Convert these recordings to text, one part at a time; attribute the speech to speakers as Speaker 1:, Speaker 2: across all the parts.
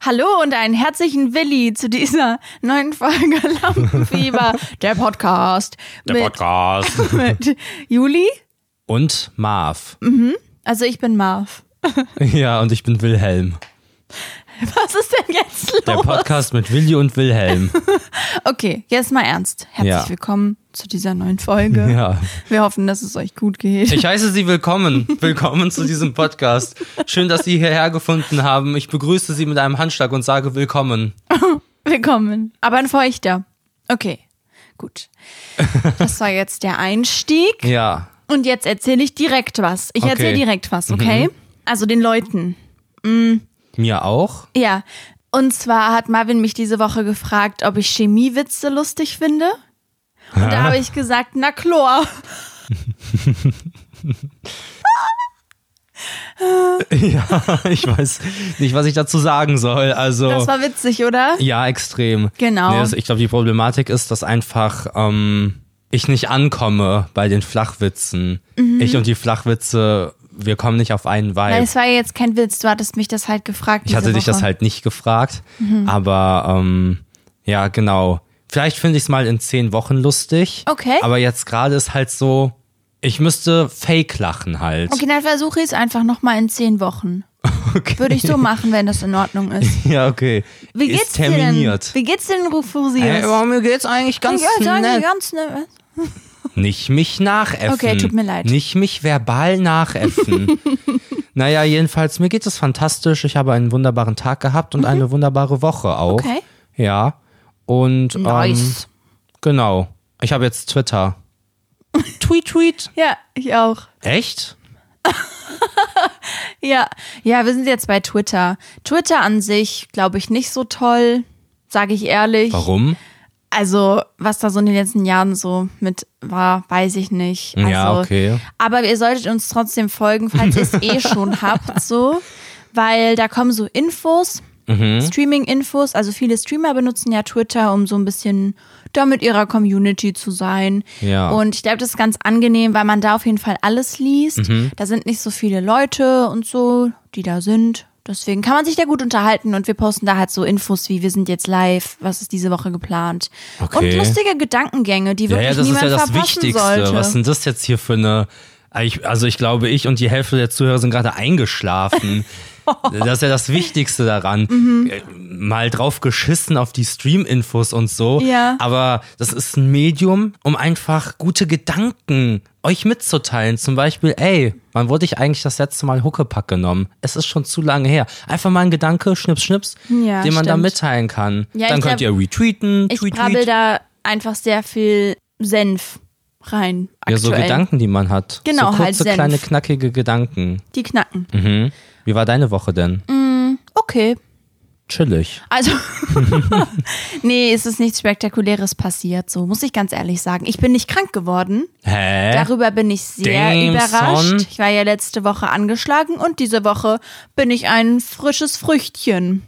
Speaker 1: Hallo und einen herzlichen Willi zu dieser neuen Folge Lampenfieber, der Podcast.
Speaker 2: Der Podcast.
Speaker 1: mit, mit Juli.
Speaker 2: Und Marv.
Speaker 1: Also ich bin Marv.
Speaker 2: Ja, und ich bin Wilhelm.
Speaker 1: Was ist denn jetzt
Speaker 2: Der
Speaker 1: los?
Speaker 2: Podcast mit Willi und Wilhelm.
Speaker 1: Okay, jetzt mal ernst. Herzlich
Speaker 2: Ja.
Speaker 1: willkommen zu dieser neuen Folge.
Speaker 2: Ja.
Speaker 1: Wir hoffen, dass es euch gut geht.
Speaker 2: Ich heiße Sie willkommen. Willkommen zu diesem Podcast. Schön, dass Sie hierher gefunden haben. Ich begrüße Sie mit einem Handschlag und sage willkommen.
Speaker 1: Willkommen. Aber ein feuchter. Okay, gut. Das war jetzt der Einstieg.
Speaker 2: Ja.
Speaker 1: Und jetzt erzähle ich direkt was. Ich
Speaker 2: Okay. Mhm.
Speaker 1: erzähle direkt was, okay? Also den Leuten.
Speaker 2: Mir auch?
Speaker 1: Ja. Und zwar hat Marvin mich diese Woche gefragt, ob ich Chemiewitze lustig finde. Und da habe ich gesagt, na Chlor.
Speaker 2: Ja, ich weiß nicht, was ich dazu sagen soll. Also.
Speaker 1: Das war witzig, oder?
Speaker 2: Ja, extrem.
Speaker 1: Genau.
Speaker 2: Nee, das, ich glaube, die Problematik ist, dass einfach ähm, ich nicht ankomme bei den Flachwitzen.
Speaker 1: Mhm.
Speaker 2: Ich und die Flachwitze, wir kommen nicht auf einen
Speaker 1: Weil
Speaker 2: Vibe.
Speaker 1: es war ja jetzt kein Witz, du hattest mich das halt gefragt.
Speaker 2: Ich hatte
Speaker 1: diese
Speaker 2: dich
Speaker 1: Woche. Mhm.
Speaker 2: das halt nicht gefragt, aber ähm, ja, genau. Vielleicht finde ich es mal in zehn Wochen lustig.
Speaker 1: Okay.
Speaker 2: Aber jetzt gerade ist halt so, ich müsste fake lachen halt.
Speaker 1: Okay, dann versuche ich es einfach nochmal in zehn Wochen.
Speaker 2: Okay.
Speaker 1: Würde ich so machen, wenn das in Ordnung ist.
Speaker 2: Ja, okay.
Speaker 1: Wie geht's
Speaker 2: ist
Speaker 1: dir denn?
Speaker 2: terminiert.
Speaker 1: Wie geht's denn, Rufusius?
Speaker 2: mir geht's eigentlich ganz Oh,
Speaker 1: ja, sag ich ganz ne
Speaker 2: Nicht mich nachäffen.
Speaker 1: Okay, tut mir leid.
Speaker 2: Nicht mich verbal nachäffen. naja, jedenfalls, mir geht es fantastisch. Ich habe einen wunderbaren Tag gehabt und eine wunderbare Woche auch.
Speaker 1: Mhm. Okay.
Speaker 2: Ja. Und ähm,
Speaker 1: Nice.
Speaker 2: genau. Ich habe jetzt Twitter. tweet, tweet.
Speaker 1: Ja, ich auch.
Speaker 2: Echt?
Speaker 1: Ja, ja, wir sind jetzt bei Twitter. Twitter an sich, glaube ich, nicht so toll, sage ich ehrlich.
Speaker 2: Warum?
Speaker 1: Also, was da so in den letzten Jahren so mit war, weiß ich nicht. Also,
Speaker 2: Ja, okay.
Speaker 1: Aber ihr solltet uns trotzdem folgen, falls ihr es eh schon habt, so. Weil da kommen so Infos,
Speaker 2: Mhm.
Speaker 1: Streaming-Infos. Also viele Streamer benutzen ja Twitter, um so ein bisschen da mit ihrer Community zu sein.
Speaker 2: Ja.
Speaker 1: Und ich glaube, das ist ganz angenehm, weil man da auf jeden Fall alles liest.
Speaker 2: Mhm.
Speaker 1: Da sind nicht so viele Leute und so, die da sind. Deswegen kann man sich da gut unterhalten und wir posten da halt so Infos wie wir sind jetzt live, was ist diese Woche geplant. Und
Speaker 2: Okay.
Speaker 1: lustige Gedankengänge, die
Speaker 2: Ja,
Speaker 1: wirklich
Speaker 2: ja, das ist
Speaker 1: niemand
Speaker 2: ja das
Speaker 1: verpassen
Speaker 2: Wichtigste.
Speaker 1: sollte.
Speaker 2: Was ist denn das jetzt hier für eine. Ich- Also, ich glaube, ich und die Hälfte der Zuhörer sind gerade eingeschlafen. Das ist ja das Wichtigste daran.
Speaker 1: Mhm.
Speaker 2: Äh, Mal drauf geschissen auf die Stream-Infos und so.
Speaker 1: Ja.
Speaker 2: Aber das ist ein Medium, um einfach gute Gedanken euch mitzuteilen. Zum Beispiel, ey, wann wurde ich eigentlich das letzte Mal Huckepack genommen? Es ist schon zu lange her. Einfach mal ein Gedanke, schnips, schnips,
Speaker 1: Ja,
Speaker 2: den man da
Speaker 1: stimmt.
Speaker 2: mitteilen kann.
Speaker 1: Ja,
Speaker 2: Dann
Speaker 1: ich
Speaker 2: könnt
Speaker 1: glaub,
Speaker 2: ihr retweeten,
Speaker 1: ich
Speaker 2: tweet,
Speaker 1: brabbel
Speaker 2: tweet.
Speaker 1: da einfach sehr viel Senf rein.
Speaker 2: Ja,
Speaker 1: Aktuell.
Speaker 2: so Gedanken, die man hat.
Speaker 1: Genau,
Speaker 2: so
Speaker 1: halt
Speaker 2: kurze,
Speaker 1: Senf.
Speaker 2: kleine, knackige Gedanken.
Speaker 1: Die knacken.
Speaker 2: Mhm. Wie war deine Woche denn?
Speaker 1: Mm. Okay.
Speaker 2: Chillig.
Speaker 1: Also, nee, es ist nichts Spektakuläres passiert, so muss ich ganz ehrlich sagen. Ich bin nicht krank geworden.
Speaker 2: Hä?
Speaker 1: Darüber bin ich sehr
Speaker 2: Damn,
Speaker 1: überrascht.
Speaker 2: son.
Speaker 1: Ich war ja letzte Woche angeschlagen und diese Woche bin ich ein frisches Früchtchen.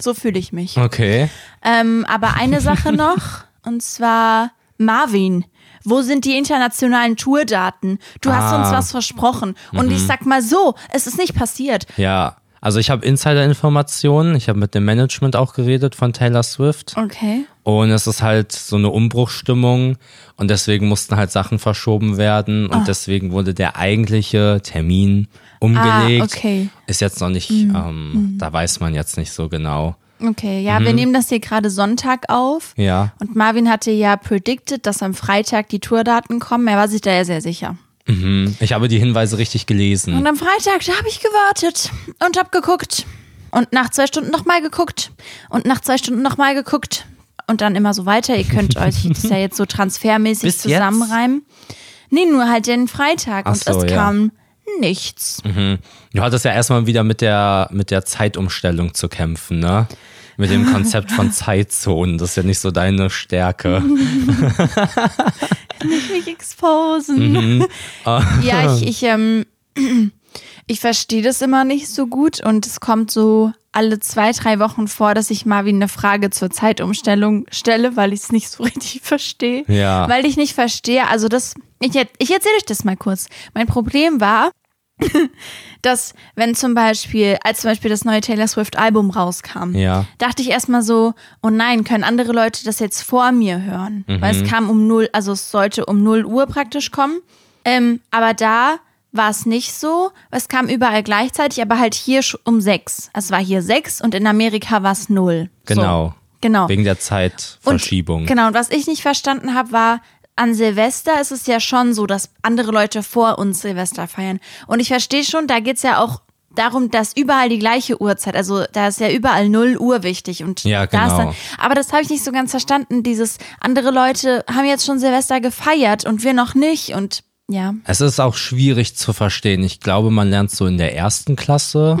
Speaker 1: So fühle ich mich.
Speaker 2: okay.
Speaker 1: Ähm, aber eine Sache noch, und zwar Marvin. Wo sind die internationalen Tourdaten? Du hast
Speaker 2: Ah. Mhm.
Speaker 1: uns was versprochen. Und ich sag mal so, es ist nicht passiert.
Speaker 2: Ja. Also ich habe Insider-Informationen, ich habe mit dem Management auch geredet von Taylor Swift
Speaker 1: Okay.
Speaker 2: und es ist halt so eine Umbruchsstimmung und deswegen mussten halt Sachen verschoben werden
Speaker 1: Ah.
Speaker 2: und deswegen wurde der eigentliche Termin umgelegt.
Speaker 1: okay. Mhm.
Speaker 2: Ist jetzt noch nicht, ähm, da weiß man jetzt nicht so genau.
Speaker 1: Okay, ja, wir nehmen das hier gerade Sonntag auf.
Speaker 2: Ja.
Speaker 1: Und Marvin hatte ja predicted, dass am Freitag die Tourdaten kommen. Er war sich da ja sehr sicher.
Speaker 2: Mhm. Ich habe die Hinweise richtig gelesen.
Speaker 1: Und am Freitag, da habe ich gewartet und habe geguckt. Und nach zwei Stunden nochmal geguckt. Und nach zwei Stunden nochmal geguckt. Und dann immer so weiter. Ihr könnt euch das ja jetzt so transfermäßig
Speaker 2: Bis jetzt?
Speaker 1: zusammenreimen. Nee, nur halt den Freitag. und
Speaker 2: so,
Speaker 1: es
Speaker 2: ja.
Speaker 1: kam nichts.
Speaker 2: Du hattest ja erstmal wieder mit der, mit der Zeitumstellung zu kämpfen, ne? Mit dem Konzept von Zeitzonen. Das ist ja nicht so deine Stärke.
Speaker 1: Genau. Mich exposen. ja, ich, ich, ähm, ich verstehe das immer nicht so gut und es kommt so alle zwei, drei Wochen vor, dass ich Marvin eine Frage zur Zeitumstellung stelle, weil ich es nicht so richtig verstehe.
Speaker 2: Ja.
Speaker 1: Weil ich nicht verstehe, also das, ich, er- ich erzähle euch das mal kurz. Mein Problem war, dass wenn zum Beispiel, als zum Beispiel das neue Taylor Swift Album rauskam,
Speaker 2: Ja.
Speaker 1: dachte ich erstmal so, oh nein, können andere Leute das jetzt vor mir hören?
Speaker 2: Mhm.
Speaker 1: Weil es kam um null, also es sollte um null Uhr praktisch kommen. Ähm, aber da war es nicht so. Es kam überall gleichzeitig, aber halt hier sch- um sechs. Es war hier sechs und in Amerika war es null.
Speaker 2: Genau.
Speaker 1: So. Genau.
Speaker 2: Wegen der Zeitverschiebung.
Speaker 1: Und, genau, und was ich nicht verstanden habe, war, an Silvester ist es ja schon so, dass andere Leute vor uns Silvester feiern. Und ich verstehe schon, da geht's ja auch darum, dass überall die gleiche Uhrzeit, also da ist ja überall 0 Uhr wichtig. Und
Speaker 2: Ja,
Speaker 1: da ist
Speaker 2: genau.
Speaker 1: dann, aber das habe ich nicht so ganz verstanden, dieses andere Leute haben jetzt schon Silvester gefeiert und wir noch nicht. Und ja,
Speaker 2: Es ist auch schwierig zu verstehen. Ich glaube, man lernt so in der ersten Klasse.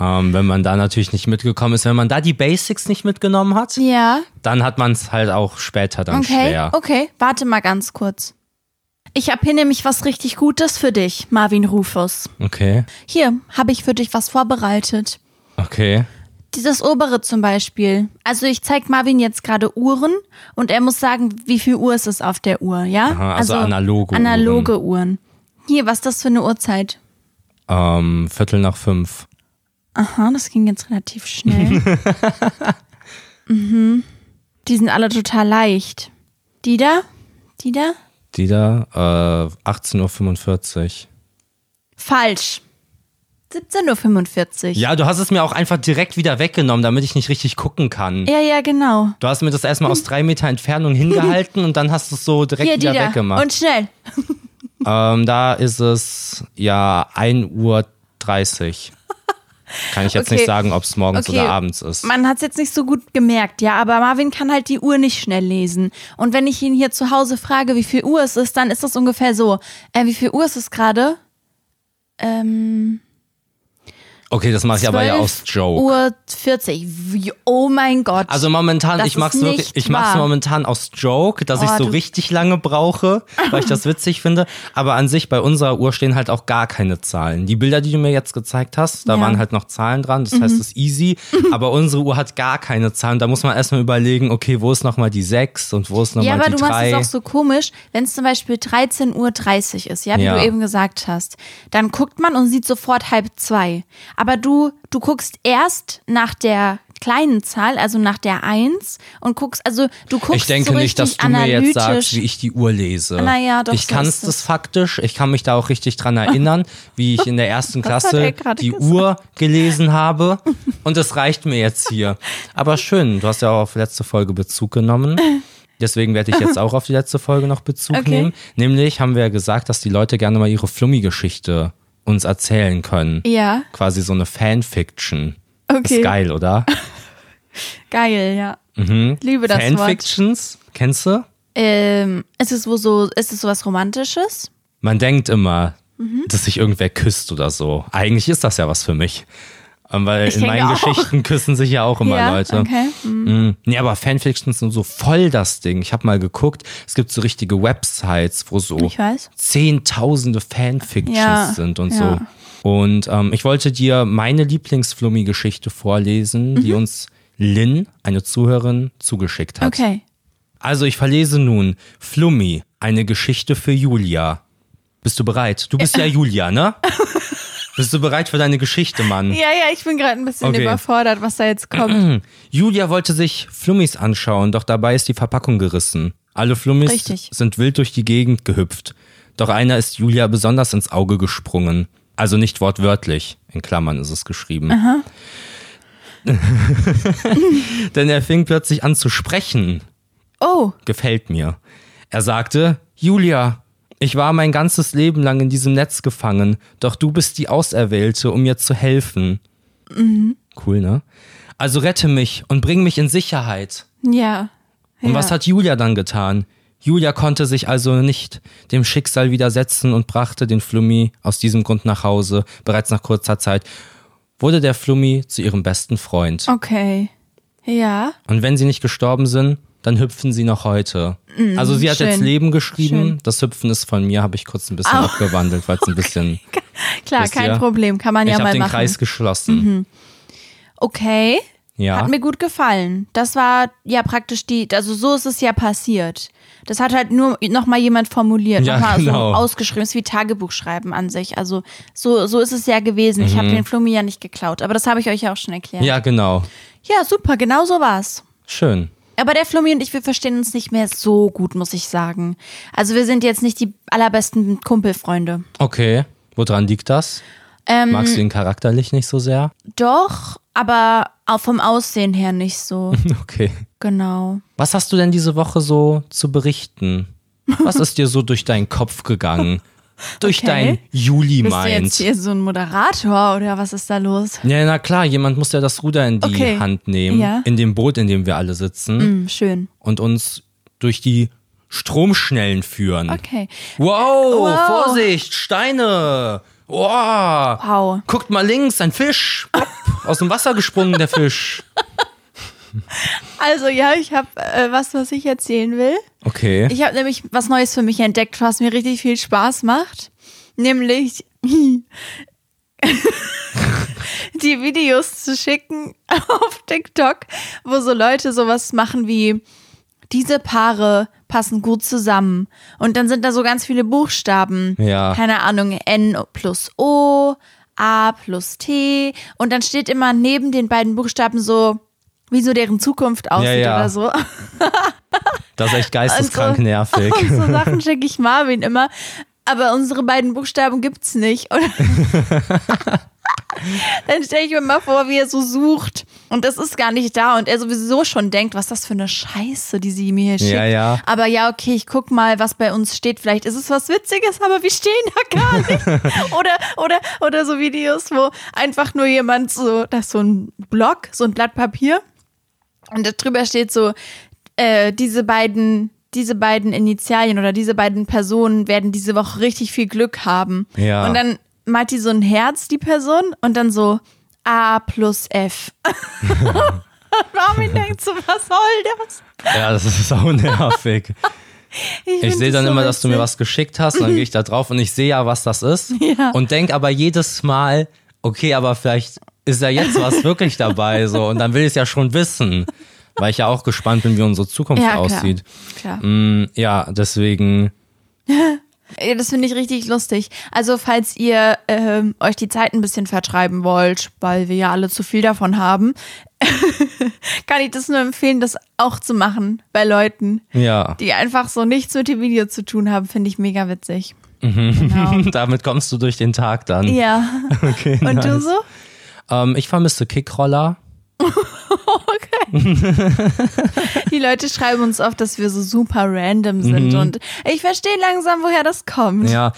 Speaker 2: ähm, wenn man da natürlich nicht mitgekommen ist, wenn man da die Basics nicht mitgenommen hat,
Speaker 1: ja,
Speaker 2: dann hat man es halt auch später dann
Speaker 1: okay,
Speaker 2: schwer.
Speaker 1: okay, warte mal ganz kurz. Ich habe hier nämlich was richtig Gutes für dich, Marvin Rufus.
Speaker 2: Okay.
Speaker 1: Hier habe ich für dich was vorbereitet.
Speaker 2: Okay.
Speaker 1: Dieses obere zum Beispiel. Also ich zeig Marvin jetzt gerade Uhren und er muss sagen, wie viel Uhr ist es auf der Uhr, ja?
Speaker 2: Aha, also analoge Uhren.
Speaker 1: analoge Uhren. Hier, was ist das für eine Uhrzeit?
Speaker 2: Ähm, Viertel nach fünf.
Speaker 1: Aha, das ging jetzt relativ schnell. mhm. Die sind alle total leicht. Die da? Die da?
Speaker 2: Die da, äh, 18.45 Uhr.
Speaker 1: Falsch. 17.45 Uhr.
Speaker 2: Ja, du hast es mir auch einfach direkt wieder weggenommen, damit ich nicht richtig gucken kann.
Speaker 1: ja, ja, genau.
Speaker 2: Du hast mir das erstmal aus drei Meter Entfernung hingehalten und dann hast du es so direkt
Speaker 1: Hier, die
Speaker 2: wieder
Speaker 1: da.
Speaker 2: weggemacht.
Speaker 1: Und schnell.
Speaker 2: Ähm, da ist es ja 1.30 Uhr. Kann ich jetzt
Speaker 1: Okay.
Speaker 2: nicht sagen, ob es morgens
Speaker 1: Okay.
Speaker 2: oder abends ist.
Speaker 1: Man hat es jetzt nicht so gut gemerkt, ja, aber Marvin kann halt die Uhr nicht schnell lesen. Und wenn ich ihn hier zu Hause frage, wie viel Uhr es ist, dann ist das ungefähr so. Äh, wie viel Uhr ist es gerade? Ähm,
Speaker 2: Okay, das mache ich aber ja
Speaker 1: 12
Speaker 2: aus Joke.
Speaker 1: Uhr 40. Wie- Oh mein Gott.
Speaker 2: Also momentan,
Speaker 1: Das
Speaker 2: ich mach's
Speaker 1: ist
Speaker 2: wirklich,
Speaker 1: nicht
Speaker 2: ich mach's
Speaker 1: wahr.
Speaker 2: momentan aus Joke, dass ich
Speaker 1: Oh,
Speaker 2: so
Speaker 1: du-
Speaker 2: richtig lange brauche, weil ich das witzig finde. Aber an sich, bei unserer Uhr stehen halt auch gar keine Zahlen. Die Bilder, die du mir jetzt gezeigt hast, da
Speaker 1: Ja. Mhm.
Speaker 2: waren halt noch Zahlen dran, das heißt, es ist easy. Aber unsere Uhr hat gar keine Zahlen. Da muss man erstmal überlegen, okay, wo ist nochmal die 6 und wo ist nochmal
Speaker 1: ja, aber
Speaker 2: die
Speaker 1: du
Speaker 2: 3.
Speaker 1: machst es auch so komisch, wenn es zum Beispiel 13.30 Uhr ist, ja, wie
Speaker 2: Ja.
Speaker 1: du eben gesagt hast, dann guckt man und sieht sofort halb zwei. Aber du, du guckst erst nach der kleinen Zahl, also nach der Eins und guckst, also du guckst
Speaker 2: Ich denke
Speaker 1: so
Speaker 2: nicht,
Speaker 1: richtig
Speaker 2: dass du mir
Speaker 1: analytisch.
Speaker 2: jetzt sagst, wie ich die Uhr lese.
Speaker 1: Naja, doch,
Speaker 2: Ich
Speaker 1: so
Speaker 2: kann
Speaker 1: ist
Speaker 2: das faktisch. Ich kann mich da auch richtig dran erinnern, wie ich in der
Speaker 1: Was
Speaker 2: ersten
Speaker 1: hat
Speaker 2: Klasse
Speaker 1: er gerade
Speaker 2: die
Speaker 1: gesagt?
Speaker 2: Uhr gelesen habe. Und das reicht mir jetzt hier. Aber schön, du hast ja auch auf letzte Folge Bezug genommen. Deswegen werde ich jetzt auch auf die letzte Folge noch Bezug
Speaker 1: Okay.
Speaker 2: nehmen. Nämlich haben wir ja gesagt, dass die Leute gerne mal ihre Flummi-Geschichte uns erzählen können.
Speaker 1: ja,
Speaker 2: Quasi so eine Fanfiction.
Speaker 1: Okay.
Speaker 2: Ist geil, oder?
Speaker 1: geil, ja.
Speaker 2: Mhm.
Speaker 1: Liebe das Wort.
Speaker 2: Fanfictions, kennst du?
Speaker 1: Ähm, ist es wo so, ist es sowas Romantisches?
Speaker 2: Man denkt immer,
Speaker 1: Mhm.
Speaker 2: dass sich irgendwer küsst oder so. Eigentlich ist das ja was für mich. Ähm, Weil
Speaker 1: Ich
Speaker 2: in
Speaker 1: denke
Speaker 2: meinen
Speaker 1: auch.
Speaker 2: Geschichten küssen sich ja auch immer
Speaker 1: ja,
Speaker 2: Leute.
Speaker 1: okay.
Speaker 2: Mhm. Nee, aber Fanfictions sind so voll das Ding. Ich habe mal geguckt, es gibt so richtige Websites, wo so
Speaker 1: Ich weiß.
Speaker 2: zehntausende Fanfictions
Speaker 1: Ja,
Speaker 2: sind und
Speaker 1: ja.
Speaker 2: so. Und ähm, ich wollte dir meine Lieblingsflummi-Geschichte vorlesen, die uns Lynn, eine Zuhörerin, zugeschickt hat.
Speaker 1: Mhm. Okay.
Speaker 2: Also ich verlese nun Flummi, eine Geschichte für Julia. Bist du bereit? Du bist ja Julia, ne? Bist du bereit für deine Geschichte, Mann?
Speaker 1: Ja, ja, ich bin gerade ein bisschen
Speaker 2: Okay.
Speaker 1: überfordert, was da jetzt kommt.
Speaker 2: Julia wollte sich Flummis anschauen, doch dabei ist die Verpackung gerissen. Alle Flummis
Speaker 1: Richtig.
Speaker 2: sind wild durch die Gegend gehüpft. Doch einer ist Julia besonders ins Auge gesprungen. Also nicht wortwörtlich, in Klammern ist es geschrieben. Denn er fing plötzlich an zu sprechen.
Speaker 1: Oh,
Speaker 2: gefällt mir. Er sagte, Julia, ich war mein ganzes Leben lang in diesem Netz gefangen, doch du bist die Auserwählte, um mir zu helfen. Cool, ne? Also rette mich und bring mich in Sicherheit.
Speaker 1: ja.
Speaker 2: Und
Speaker 1: ja.
Speaker 2: was hat Julia dann getan? Julia konnte sich also nicht dem Schicksal widersetzen und brachte den Flummi aus diesem Grund nach Hause. Bereits nach kurzer Zeit wurde der Flummi zu ihrem besten Freund.
Speaker 1: Okay. Ja.
Speaker 2: Und wenn sie nicht gestorben sind, dann hüpfen sie noch heute. also sie hat
Speaker 1: Mhm, schön.
Speaker 2: jetzt Leben geschrieben.
Speaker 1: Schön.
Speaker 2: Das Hüpfen ist von mir, habe ich kurz ein bisschen abgewandelt, weil es ein bisschen.
Speaker 1: Klar,
Speaker 2: Wisst
Speaker 1: kein
Speaker 2: ihr?
Speaker 1: Problem. Kann man
Speaker 2: ich
Speaker 1: ja Mhm.
Speaker 2: habe
Speaker 1: mal
Speaker 2: den
Speaker 1: machen.
Speaker 2: Kreis geschlossen.
Speaker 1: Okay.
Speaker 2: Ja.
Speaker 1: Hat mir gut gefallen. Das war ja praktisch die, also so ist es ja passiert. Das hat halt nur nochmal jemand formuliert,
Speaker 2: Ja,
Speaker 1: nochmal
Speaker 2: genau.
Speaker 1: so ausgeschrieben. Ist wie Tagebuchschreiben an sich. Also so, so ist es ja gewesen. Ich habe den Flummi ja nicht geklaut, aber das habe ich euch ja auch schon erklärt.
Speaker 2: Mhm. ja, genau.
Speaker 1: ja super, genau so war's.
Speaker 2: Schön.
Speaker 1: Aber der Flummi und ich, wir verstehen uns nicht mehr so gut, muss ich sagen. Also wir sind jetzt nicht die allerbesten Kumpelfreunde. Ähm,
Speaker 2: Okay. Woran liegt das?
Speaker 1: Mhm.
Speaker 2: Magst du ihn charakterlich nicht so sehr?
Speaker 1: Doch, aber auch vom Aussehen her nicht so.
Speaker 2: Okay.
Speaker 1: genau.
Speaker 2: Was hast du denn diese Woche so zu berichten? Was ist dir so durch deinen Kopf gegangen? Durch
Speaker 1: Okay.
Speaker 2: dein
Speaker 1: Bist du jetzt
Speaker 2: Juli-Mind?
Speaker 1: hier so ein Moderator oder was ist da los?
Speaker 2: Ja, na klar, jemand muss ja das Ruder in die
Speaker 1: Okay.
Speaker 2: Hand nehmen,
Speaker 1: Ja.
Speaker 2: in dem Boot, in dem wir alle sitzen
Speaker 1: Hm, schön.
Speaker 2: und uns durch die Stromschnellen führen.
Speaker 1: Okay.
Speaker 2: Wow,
Speaker 1: Wow.
Speaker 2: Vorsicht, Steine. Wow.
Speaker 1: Wow.
Speaker 2: Guckt mal links, ein Fisch. Pop, aus dem Wasser gesprungen, der Fisch.
Speaker 1: Also ja, ich habe äh, was, was ich erzählen will.
Speaker 2: Okay.
Speaker 1: Ich habe nämlich was Neues für mich entdeckt, was mir richtig viel Spaß macht. Nämlich die Videos zu schicken auf TikTok, wo so Leute sowas machen wie diese Paare passen gut zusammen. Und dann sind da so ganz viele Buchstaben.
Speaker 2: Ja.
Speaker 1: Keine Ahnung, N plus O, A plus T. Und dann steht immer neben den beiden Buchstaben so, wie so deren Zukunft aussieht
Speaker 2: ja.
Speaker 1: oder so.
Speaker 2: Das ist echt geisteskrank
Speaker 1: Also-
Speaker 2: nervig.
Speaker 1: Und so Sachen schicke ich Marvin immer. Aber unsere beiden Buchstaben gibt's nicht. Und dann stelle ich mir mal vor, wie er so sucht. Und das ist gar nicht da. Und er sowieso schon denkt, was ist das für eine Scheiße, die sie mir hier schickt.
Speaker 2: Ja, ja.
Speaker 1: Aber ja, okay, ich guck mal, was bei uns steht. Vielleicht ist es was Witziges, aber wir stehen da gar nicht. oder, oder, oder so Videos, wo einfach nur jemand so, das ist so ein Block, so ein Blatt Papier. Und da drüber steht so, äh, diese beiden, diese beiden Initialien oder diese beiden Personen werden diese Woche richtig viel Glück haben.
Speaker 2: Ja.
Speaker 1: Und dann malt die so ein Herz, die Person, und dann so A plus F. Marvin denkt so, was soll das?
Speaker 2: Ja, das ist auch nervig. Ich
Speaker 1: find
Speaker 2: sehe
Speaker 1: das
Speaker 2: dann
Speaker 1: so
Speaker 2: immer, dass du mir
Speaker 1: witzig.
Speaker 2: was geschickt hast, und dann gehe ich da drauf und ich sehe ja, was das ist.
Speaker 1: Ja.
Speaker 2: Und denk aber jedes Mal, okay, aber vielleicht ist ja jetzt was wirklich dabei so und dann will ich es ja schon wissen, weil ich ja auch gespannt bin, wie unsere Zukunft
Speaker 1: Ja, klar.
Speaker 2: aussieht.
Speaker 1: Klar.
Speaker 2: Mm, ja, deswegen
Speaker 1: Ja, das finde ich richtig lustig. Also, falls ihr ähm, euch die Zeit ein bisschen vertreiben wollt, weil wir ja alle zu viel davon haben, kann ich das nur empfehlen, das auch zu machen bei Leuten,
Speaker 2: ja.
Speaker 1: die einfach so nichts mit dem Video zu tun haben, finde ich mega witzig.
Speaker 2: Mhm.
Speaker 1: Genau.
Speaker 2: Damit kommst du durch den Tag dann.
Speaker 1: Ja.
Speaker 2: Okay,
Speaker 1: Und du
Speaker 2: nice.
Speaker 1: so?
Speaker 2: ähm, ich vermisse Kickroller.
Speaker 1: Okay. Die Leute schreiben uns oft, dass wir so super random sind
Speaker 2: Mhm.
Speaker 1: und ich verstehe langsam, woher das kommt.
Speaker 2: Ja.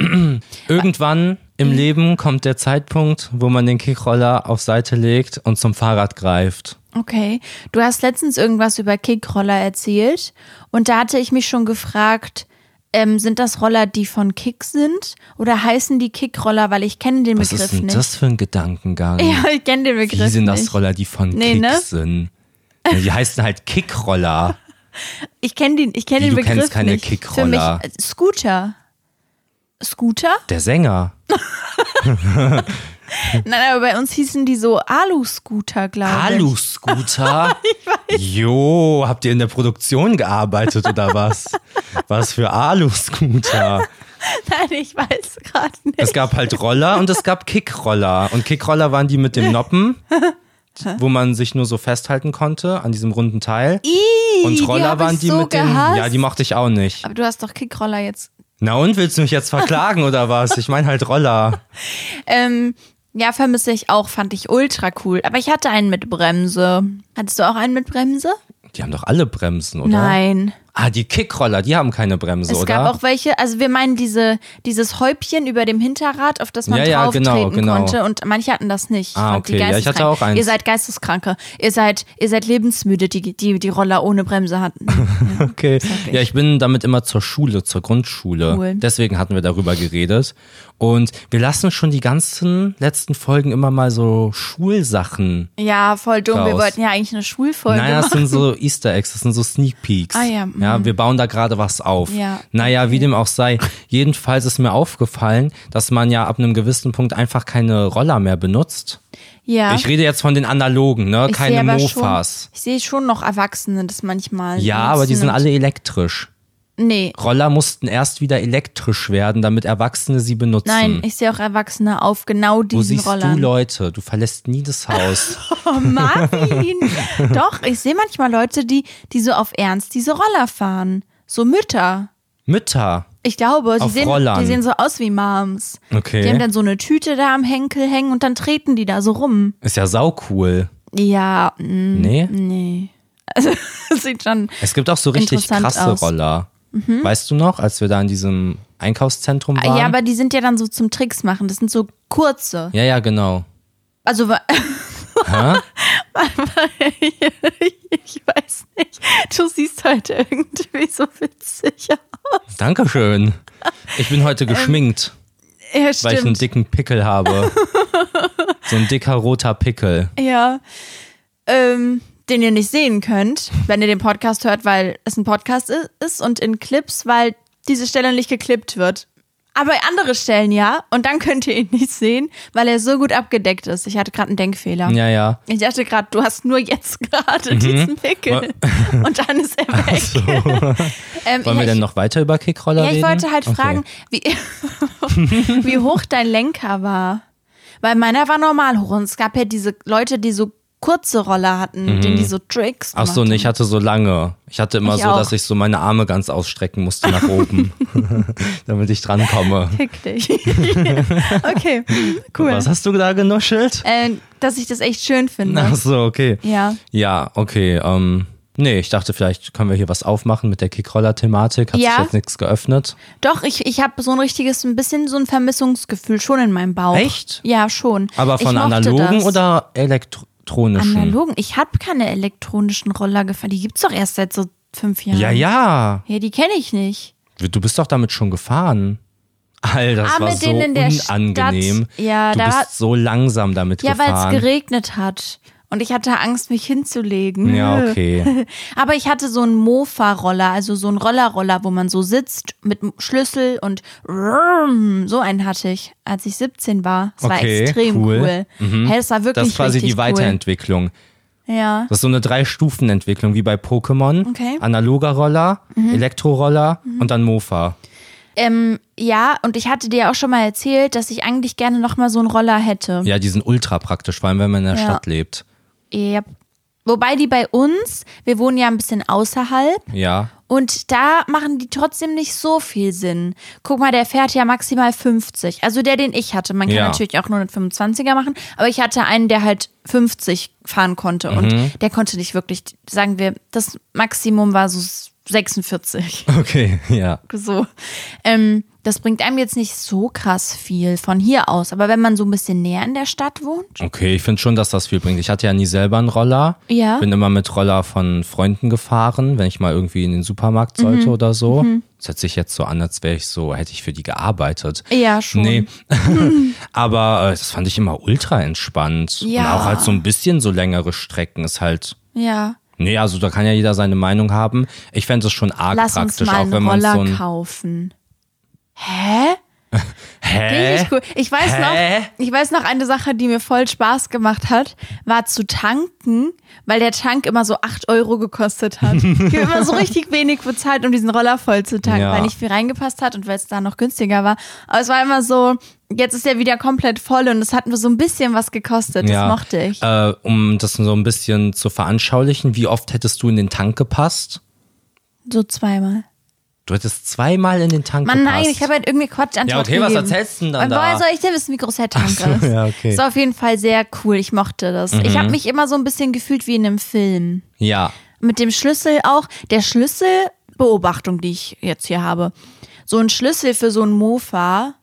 Speaker 2: Irgendwann im Leben kommt der Zeitpunkt, wo man den Kickroller auf Seite legt und zum Fahrrad greift.
Speaker 1: Okay. Du hast letztens irgendwas über Kickroller erzählt und da hatte ich mich schon gefragt, ähm, sind das Roller, die von Kick sind oder heißen die Kickroller, weil ich kenne den
Speaker 2: Was
Speaker 1: Begriff
Speaker 2: ist denn
Speaker 1: nicht.
Speaker 2: das für ein Gedankengang?
Speaker 1: Ja, ich kenne den Begriff
Speaker 2: Wie sind
Speaker 1: nicht.
Speaker 2: das Roller, die von
Speaker 1: Nee,
Speaker 2: Kick
Speaker 1: ne?
Speaker 2: sind? Ja, die heißen halt Kickroller.
Speaker 1: Ich kenne den, ich kenne
Speaker 2: Wie,
Speaker 1: den
Speaker 2: du
Speaker 1: Begriff
Speaker 2: kennst keine
Speaker 1: nicht. Für mich
Speaker 2: Kickroller?
Speaker 1: äh, Scooter. Scooter?
Speaker 2: Der Sänger. Hm.
Speaker 1: Nein, aber bei uns hießen die so Alu-Scooter, glaube ich.
Speaker 2: Alu-Scooter? Jo, habt ihr in der Produktion gearbeitet oder was? Was für Alu-Scooter?
Speaker 1: Nein, ich weiß gerade nicht.
Speaker 2: Es gab halt Roller und es gab Kickroller. Und Kickroller waren die mit dem Noppen, wo man sich nur so festhalten konnte an diesem runden Teil.
Speaker 1: Ih,
Speaker 2: Und Roller
Speaker 1: die hab
Speaker 2: waren
Speaker 1: ich
Speaker 2: die
Speaker 1: so
Speaker 2: mit dem.
Speaker 1: gehasst.
Speaker 2: Ja, die mochte ich auch nicht.
Speaker 1: aber du hast doch Kickroller jetzt.
Speaker 2: Na und willst du mich jetzt verklagen oder was? Ich meine halt Roller.
Speaker 1: Ähm, ja, vermisse ich auch, fand ich ultra cool. Aber ich hatte einen mit Bremse. Hattest du auch einen mit Bremse?
Speaker 2: Die haben doch alle Bremsen, oder?
Speaker 1: Nein.
Speaker 2: Ah, die Kickroller, die haben keine Bremse,
Speaker 1: Es
Speaker 2: oder?
Speaker 1: gab auch welche, also wir meinen diese, dieses Häubchen über dem Hinterrad, auf das man
Speaker 2: Ja, ja,
Speaker 1: drauf
Speaker 2: genau,
Speaker 1: treten
Speaker 2: genau.
Speaker 1: konnte. Und manche hatten das nicht.
Speaker 2: Ah,
Speaker 1: fand die
Speaker 2: okay. Ja, ich hatte
Speaker 1: geisteskrank.
Speaker 2: auch eins.
Speaker 1: Ihr seid Geisteskranke. Ihr seid, ihr seid lebensmüde, die, die, die Roller ohne Bremse hatten.
Speaker 2: Okay.
Speaker 1: ich.
Speaker 2: Ja, ich bin damit immer zur Schule, zur Grundschule.
Speaker 1: Cool.
Speaker 2: Deswegen hatten wir darüber geredet. Und wir lassen schon die ganzen letzten Folgen immer mal so Schulsachen.
Speaker 1: ja, voll dumm. Wir
Speaker 2: Raus.
Speaker 1: wollten ja eigentlich eine Schulfolge
Speaker 2: Nein, das
Speaker 1: machen.
Speaker 2: sind so Easter Eggs, das sind so Sneak Peeks.
Speaker 1: Ah ja, mhm.
Speaker 2: Ja, wir bauen da gerade was auf.
Speaker 1: Ja.
Speaker 2: Naja, wie dem auch sei. Jedenfalls ist mir aufgefallen, dass man ja ab einem gewissen Punkt einfach keine Roller mehr benutzt.
Speaker 1: Ja.
Speaker 2: Ich rede jetzt von den analogen, ne?
Speaker 1: Ich sehe
Speaker 2: keine
Speaker 1: aber
Speaker 2: Mofas.
Speaker 1: Schon, ich sehe schon noch Erwachsene das manchmal.
Speaker 2: Ja,
Speaker 1: nutzen
Speaker 2: aber die sind
Speaker 1: und-
Speaker 2: alle elektrisch.
Speaker 1: Nee,
Speaker 2: Roller mussten erst wieder elektrisch werden, damit Erwachsene sie benutzen.
Speaker 1: nein, ich sehe auch Erwachsene auf genau
Speaker 2: Hm. Wo
Speaker 1: diesen
Speaker 2: siehst
Speaker 1: Rollern.
Speaker 2: du Leute? Du verlässt nie das Haus.
Speaker 1: Oh, Marvin! Doch, ich sehe manchmal Leute, die, die so auf Ernst diese Roller fahren. So Mütter.
Speaker 2: Mütter.
Speaker 1: Ich glaube, die
Speaker 2: Auf
Speaker 1: sehen,
Speaker 2: Rollern.
Speaker 1: die sehen so aus wie Moms.
Speaker 2: Okay.
Speaker 1: Die haben dann so eine Tüte da am Henkel hängen und dann treten die da so rum.
Speaker 2: Ist ja saucool.
Speaker 1: Ja, mh,
Speaker 2: Nee?
Speaker 1: nee. Also, das sieht schon.
Speaker 2: Es gibt auch so richtig
Speaker 1: Interessant
Speaker 2: krasse
Speaker 1: aus. Mhm.
Speaker 2: Roller. Weißt du noch, als wir da in diesem Einkaufszentrum waren?
Speaker 1: Ah, Ja, aber die sind ja dann so zum Tricks machen. Das sind so kurze.
Speaker 2: ja, ja, genau.
Speaker 1: Also, wa-
Speaker 2: Hä?
Speaker 1: ich weiß nicht. Du siehst heute irgendwie so witzig aus.
Speaker 2: Dankeschön. Ich bin heute geschminkt,
Speaker 1: Ja,
Speaker 2: weil ich einen
Speaker 1: Ähm, stimmt.
Speaker 2: dicken Pickel habe. so ein dicker roter Pickel.
Speaker 1: Ja. Ähm, den ihr nicht sehen könnt, wenn ihr den Podcast hört, weil es ein Podcast i- ist und in Clips, weil diese Stelle nicht geklippt wird. Aber andere Stellen ja, und dann könnt ihr ihn nicht sehen, weil er so gut abgedeckt ist. Ich hatte gerade einen Denkfehler.
Speaker 2: Ja, ja.
Speaker 1: Ich dachte gerade, du hast nur jetzt gerade diesen Pickel. Und dann ist er weg.
Speaker 2: Mhm. So.
Speaker 1: Ähm, ja,
Speaker 2: Wollen wir
Speaker 1: ich,
Speaker 2: denn noch weiter über Kickroller
Speaker 1: ja,
Speaker 2: reden?
Speaker 1: ich wollte halt fragen, wie, wie hoch dein Lenker war. Weil meiner war normal hoch. Und es gab ja diese Leute, die so kurze Roller hatten, mit denen die so Tricks
Speaker 2: Mhm. Ach so,
Speaker 1: gemacht
Speaker 2: nee, ich hatte so lange. Ich hatte immer
Speaker 1: Ich
Speaker 2: so,
Speaker 1: auch.
Speaker 2: dass ich so meine Arme ganz ausstrecken musste nach oben, damit ich drankomme.
Speaker 1: haben. Fick dich. okay, cool.
Speaker 2: Was hast du da genuschelt?
Speaker 1: Äh, dass ich das echt schön finde.
Speaker 2: Ach so, okay.
Speaker 1: Äh, Ja.
Speaker 2: Ja, okay. Ähm, nee, ich dachte, vielleicht können wir hier was aufmachen mit der Kickroller-Thematik. Hat
Speaker 1: Ja.
Speaker 2: sich jetzt nichts geöffnet.
Speaker 1: Doch, ich, ich habe so ein richtiges, ein bisschen so ein Vermissungsgefühl schon in meinem Bauch.
Speaker 2: Echt?
Speaker 1: Ja, schon.
Speaker 2: Aber
Speaker 1: Ich
Speaker 2: von
Speaker 1: mochte
Speaker 2: analogen
Speaker 1: das.
Speaker 2: oder elektronischen?
Speaker 1: Analogen? Ich habe keine elektronischen Roller gefahren. Die gibt's doch erst seit so fünf Jahren.
Speaker 2: Ja, ja.
Speaker 1: Ja, die kenne ich nicht.
Speaker 2: Du bist doch damit schon gefahren. Alter, das
Speaker 1: Ah,
Speaker 2: war
Speaker 1: mit
Speaker 2: so
Speaker 1: denen in der
Speaker 2: unangenehm.
Speaker 1: Stadt. Ja,
Speaker 2: du
Speaker 1: da war-
Speaker 2: bist so langsam damit
Speaker 1: Ja, weil es
Speaker 2: gefahren.
Speaker 1: geregnet hat. Und ich hatte Angst, mich hinzulegen.
Speaker 2: Ja, okay.
Speaker 1: Aber ich hatte so einen Mofa-Roller, also so einen Rollerroller, wo man so sitzt mit einem Schlüssel und rrrm, so einen hatte ich, als ich 17 war. Das war
Speaker 2: Okay,
Speaker 1: extrem
Speaker 2: cool.
Speaker 1: cool. Hey, das war wirklich
Speaker 2: das ist quasi
Speaker 1: richtig
Speaker 2: die Weiterentwicklung.
Speaker 1: Cool. Ja.
Speaker 2: Das ist so eine Drei-Stufen-Entwicklung, wie bei Pokémon.
Speaker 1: Okay. Mhm.
Speaker 2: Analoger Roller, Elektroroller und dann Mofa.
Speaker 1: Ähm, ja, und ich hatte dir ja auch schon mal erzählt, dass ich eigentlich gerne nochmal so einen Roller hätte.
Speaker 2: Ja, die sind ultra praktisch, vor allem wenn man in der
Speaker 1: Ja.
Speaker 2: Stadt lebt.
Speaker 1: Yep. Wobei die bei uns, wir wohnen ja ein bisschen außerhalb
Speaker 2: Ja.
Speaker 1: und da machen die trotzdem nicht so viel Sinn. Guck mal, der fährt ja maximal 50. Also der, den ich hatte. Man kann
Speaker 2: Ja.
Speaker 1: natürlich auch nur einen 25er machen, aber ich hatte einen, der halt 50 fahren konnte
Speaker 2: Mhm.
Speaker 1: und der konnte nicht wirklich, sagen wir, das Maximum war so 46.
Speaker 2: Okay, ja.
Speaker 1: so. Ähm, das bringt einem jetzt nicht so krass viel von hier aus. Aber wenn man so ein bisschen näher in der Stadt wohnt,
Speaker 2: Okay, ich finde schon, dass das viel bringt. Ich hatte ja nie selber einen Roller.
Speaker 1: Ja.
Speaker 2: Bin immer mit Roller von Freunden gefahren, wenn ich mal irgendwie in den
Speaker 1: Mhm.
Speaker 2: Supermarkt sollte oder so. Das hört sich jetzt so an, als wäre ich so, hätte ich für die gearbeitet.
Speaker 1: Ja, schon.
Speaker 2: Nee. Aber äh, das fand ich immer ultra entspannt. Und
Speaker 1: Ja.
Speaker 2: auch halt so ein bisschen so längere Strecken ist halt
Speaker 1: ja,
Speaker 2: Nee, also da kann ja jeder seine Meinung haben. Ich fände es schon arg
Speaker 1: lass uns
Speaker 2: praktisch,
Speaker 1: mal
Speaker 2: auch
Speaker 1: einen
Speaker 2: wenn man
Speaker 1: Roller
Speaker 2: so ein.
Speaker 1: kaufen. Hä?
Speaker 2: Hä?
Speaker 1: Richtig cool. Ich weiß
Speaker 2: Hä?
Speaker 1: noch, ich weiß noch eine Sache, die mir voll Spaß gemacht hat, war zu tanken, weil der Tank immer so 8 Euro gekostet hat. ich habe immer so richtig wenig bezahlt, um diesen Roller voll zu tanken,
Speaker 2: Ja.
Speaker 1: weil nicht viel reingepasst hat und weil es da noch günstiger war. Aber es war immer so, jetzt ist der wieder komplett voll und es hat nur so ein bisschen was gekostet.
Speaker 2: Ja.
Speaker 1: Das mochte ich.
Speaker 2: Äh, um das so ein bisschen zu veranschaulichen, wie oft hättest du in den Tank gepasst?
Speaker 1: So zweimal.
Speaker 2: Du hättest zweimal in den Tank
Speaker 1: Mann,
Speaker 2: gepasst.
Speaker 1: nein, ich habe halt irgendwie Quatsch
Speaker 2: Ja, okay, was erzählst du denn dann
Speaker 1: Und woher
Speaker 2: da?
Speaker 1: soll ich denn wissen, wie groß der Tank
Speaker 2: so,
Speaker 1: ist?
Speaker 2: ja, okay. Mhm.
Speaker 1: Ist auf jeden Fall sehr cool. Ich mochte das. Ich habe mich immer so ein bisschen gefühlt wie in einem Film.
Speaker 2: Ja.
Speaker 1: Mit dem Schlüssel auch. Der Schlüsselbeobachtung, die ich jetzt hier habe. So ein Schlüssel für so ein Mofa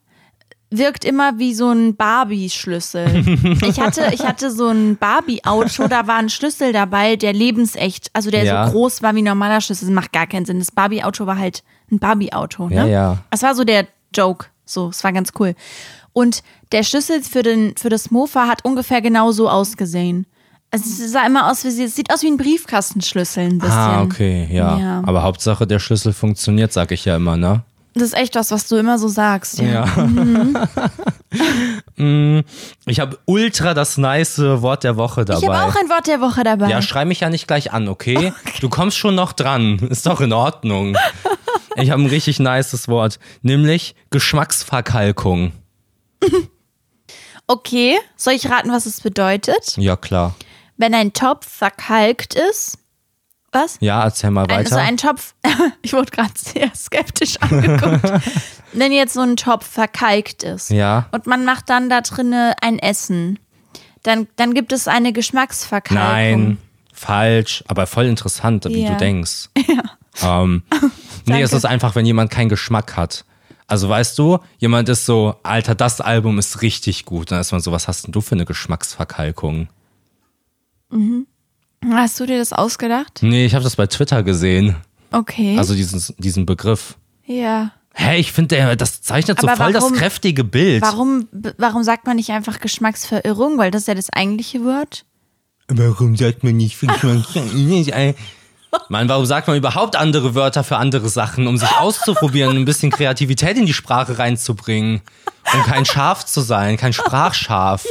Speaker 1: wirkt immer wie so ein Barbie-Schlüssel. ich, hatte, ich hatte so ein Barbie-Auto, da war ein Schlüssel dabei, der lebensecht, also der
Speaker 2: Ja.
Speaker 1: so groß war wie ein normaler Schlüssel. Das macht gar keinen Sinn. Das Barbie-Auto war halt ein Barbie-Auto. Ne?
Speaker 2: Ja, ja.
Speaker 1: Es war so der Joke. So, es war ganz cool. Und der Schlüssel für, den, für das Mofa hat ungefähr genauso ausgesehen. Also sie sah immer aus wie sie. Es sieht aus wie ein Briefkastenschlüssel ein bisschen.
Speaker 2: Ah, okay, ja.
Speaker 1: Ja.
Speaker 2: Aber Hauptsache, der Schlüssel funktioniert, sag ich ja immer, ne?
Speaker 1: Das ist echt das, was du immer so sagst. Ja.
Speaker 2: Mm, ich habe ultra das nice äh, Wort der Woche dabei.
Speaker 1: Ich habe auch ein Wort der Woche dabei.
Speaker 2: Ja, schrei mich ja nicht gleich an, okay? Du kommst schon noch dran. Ist doch in Ordnung. ich habe ein richtig nices Wort, nämlich Geschmacksverkalkung.
Speaker 1: okay, soll ich raten, was es bedeutet?
Speaker 2: Ja, klar.
Speaker 1: Wenn ein Topf verkalkt ist. Was?
Speaker 2: Ja, erzähl mal
Speaker 1: Ein,
Speaker 2: weiter.
Speaker 1: so ein Topf. ich wurde gerade sehr skeptisch angeguckt. Wenn jetzt so ein Topf verkalkt ist
Speaker 2: Ja.
Speaker 1: und man macht dann da drinne ein Essen, dann, dann gibt es eine Geschmacksverkalkung.
Speaker 2: Nein, falsch, aber voll interessant, wie
Speaker 1: Ja.
Speaker 2: du denkst. Ja. Ähm, nee, es
Speaker 1: Danke.
Speaker 2: ist einfach, wenn jemand keinen Geschmack hat. Also weißt du, jemand ist so, Alter, das Album ist richtig gut. Dann ist man so, was hast denn du für eine Geschmacksverkalkung?
Speaker 1: Hast du dir das ausgedacht?
Speaker 2: Nee, ich habe das bei Twitter gesehen.
Speaker 1: Okay.
Speaker 2: Also diesen, diesen Begriff.
Speaker 1: ja.
Speaker 2: Hey, ich finde, das zeichnet so
Speaker 1: Aber
Speaker 2: voll
Speaker 1: warum-
Speaker 2: das kräftige Bild.
Speaker 1: Warum, b- warum sagt man nicht einfach Geschmacksverirrung? Weil das ist ja das eigentliche Wort.
Speaker 2: Warum sagt man nicht, Mann, warum sagt man überhaupt andere Wörter für andere Sachen, um sich auszuprobieren, und ein bisschen Kreativität in die Sprache reinzubringen und kein Schaf zu sein, kein Sprachschaf.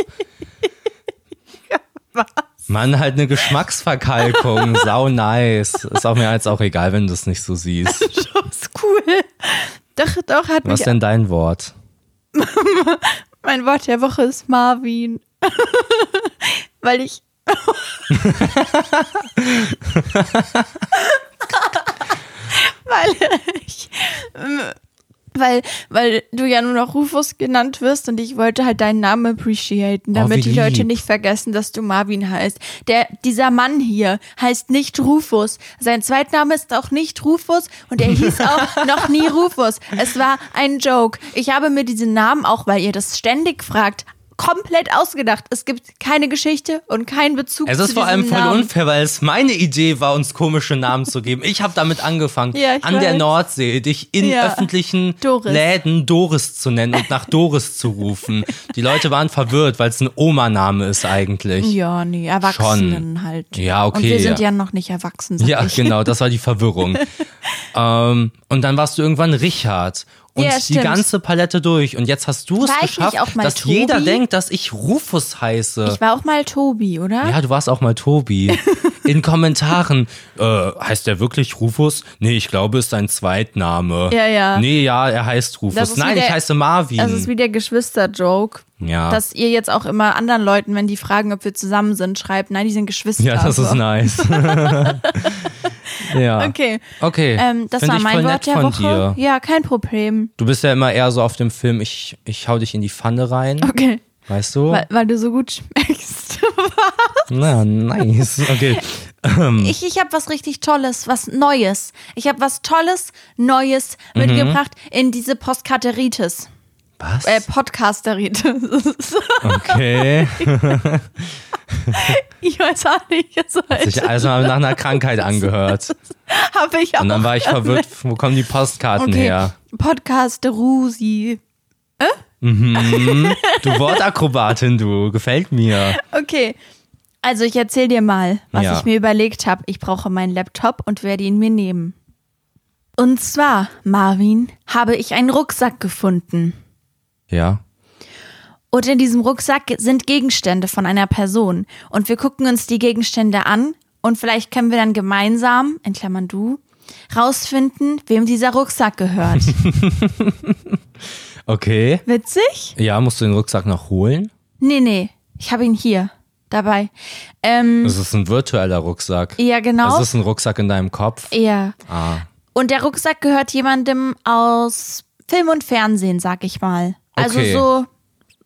Speaker 2: Mann, halt eine Geschmacksverkalkung, sau nice. Ist auch mir jetzt auch egal, wenn du es nicht so siehst.
Speaker 1: Schon ist cool. Doch, doch, hat
Speaker 2: Was
Speaker 1: mich.
Speaker 2: denn dein Wort?
Speaker 1: Mein Wort der Woche ist Marvin. Weil ich. weil ich. ähm, Weil, weil du ja nur noch Rufus genannt wirst und ich wollte halt deinen Namen appreciaten, damit
Speaker 2: Oh, wie
Speaker 1: die Leute
Speaker 2: lieb.
Speaker 1: nicht vergessen, dass du Marvin heißt. Der, dieser Mann hier heißt nicht Rufus. Sein Zweitname ist auch nicht Rufus und er hieß auch noch nie Rufus. Es war ein Joke. Ich habe mir diesen Namen auch, weil ihr das ständig fragt, komplett ausgedacht. Es gibt keine Geschichte und keinen Bezug
Speaker 2: Es
Speaker 1: zu
Speaker 2: ist vor allem
Speaker 1: diesem
Speaker 2: voll
Speaker 1: Namen.
Speaker 2: unfair, weil es meine Idee war, uns komische Namen zu geben. Ich habe damit angefangen,
Speaker 1: Ja, ich
Speaker 2: an der
Speaker 1: weiß.
Speaker 2: Nordsee dich in
Speaker 1: Ja.
Speaker 2: öffentlichen
Speaker 1: Doris.
Speaker 2: Läden Doris zu nennen und nach Doris zu rufen. Die Leute waren verwirrt, weil es ein Oma-Name ist eigentlich.
Speaker 1: Ja, nee, Erwachsenen halt.
Speaker 2: Ja, okay,
Speaker 1: Und wir sind
Speaker 2: ja.
Speaker 1: ja noch nicht erwachsen, sag
Speaker 2: Ja,
Speaker 1: ich.
Speaker 2: genau, das war die Verwirrung. ähm, und dann warst du irgendwann Richard. Und
Speaker 1: Ja,
Speaker 2: die
Speaker 1: stimmt.
Speaker 2: ganze Palette durch. Und jetzt hast du es
Speaker 1: War ich nicht
Speaker 2: geschafft,
Speaker 1: auch mal
Speaker 2: dass
Speaker 1: Tobi?
Speaker 2: jeder denkt, dass ich Rufus heiße.
Speaker 1: Ich war auch mal Tobi, oder?
Speaker 2: Ja, du warst auch mal Tobi. In Kommentaren. Äh, heißt der wirklich Rufus? Nee, ich glaube, ist sein Zweitname.
Speaker 1: Ja, ja.
Speaker 2: Nee, ja, er heißt
Speaker 1: Das
Speaker 2: Rufus.
Speaker 1: ist
Speaker 2: Nein,
Speaker 1: wie
Speaker 2: ich
Speaker 1: der-
Speaker 2: heiße Marvin.
Speaker 1: Das ist wie der Geschwister-Joke.
Speaker 2: Ja.
Speaker 1: Dass ihr jetzt auch immer anderen Leuten, wenn die fragen, ob wir zusammen sind, schreibt, nein, die sind Geschwister.
Speaker 2: ja, das ist
Speaker 1: So.
Speaker 2: nice. ja.
Speaker 1: Okay.
Speaker 2: Okay.
Speaker 1: Ähm, das
Speaker 2: Find
Speaker 1: war
Speaker 2: ich
Speaker 1: mein
Speaker 2: voll
Speaker 1: Wort
Speaker 2: nett
Speaker 1: der
Speaker 2: von
Speaker 1: Woche.
Speaker 2: dir.
Speaker 1: Ja, kein Problem.
Speaker 2: Du bist ja immer eher so auf dem Film, ich, ich hau dich in die Pfanne rein.
Speaker 1: Okay.
Speaker 2: Weißt du?
Speaker 1: Weil, weil du so gut schmeckst.
Speaker 2: Hm. Na, nice. Okay.
Speaker 1: Ich, ich habe was richtig Tolles, was Neues. Ich habe was Tolles, Neues
Speaker 2: Mhm.
Speaker 1: mitgebracht in diese Postkaritis.
Speaker 2: Was?
Speaker 1: Äh, Podcasteritis.
Speaker 2: Okay.
Speaker 1: ich weiß auch nicht. Das
Speaker 2: Sich also nach einer Krankheit angehört.
Speaker 1: habe ich auch.
Speaker 2: Und dann war ich verwirrt, wo kommen die Postkarten
Speaker 1: okay.
Speaker 2: her?
Speaker 1: Podcasterusi.
Speaker 2: Du Wortakrobatin, du. Gefällt mir.
Speaker 1: Okay. Also ich erzähl dir mal, was
Speaker 2: Ja.
Speaker 1: ich mir überlegt habe. Ich brauche meinen Laptop und werde ihn mir nehmen. Und zwar, Marvin, habe ich einen Rucksack gefunden.
Speaker 2: Ja.
Speaker 1: Und in diesem Rucksack sind Gegenstände von einer Person. Und wir gucken uns die Gegenstände an und vielleicht können wir dann gemeinsam, in Klammern du, rausfinden, wem dieser Rucksack gehört.
Speaker 2: Okay.
Speaker 1: Witzig?
Speaker 2: Ja, musst du den Rucksack noch holen?
Speaker 1: Nee, nee, ich habe ihn hier dabei. Ähm,
Speaker 2: Es ist ein virtueller Rucksack.
Speaker 1: ja, genau.
Speaker 2: Es ist ein Rucksack in deinem Kopf.
Speaker 1: Ja.
Speaker 2: Ah.
Speaker 1: Und der Rucksack gehört jemandem aus Film und Fernsehen, sag ich mal. Also
Speaker 2: Okay.
Speaker 1: so,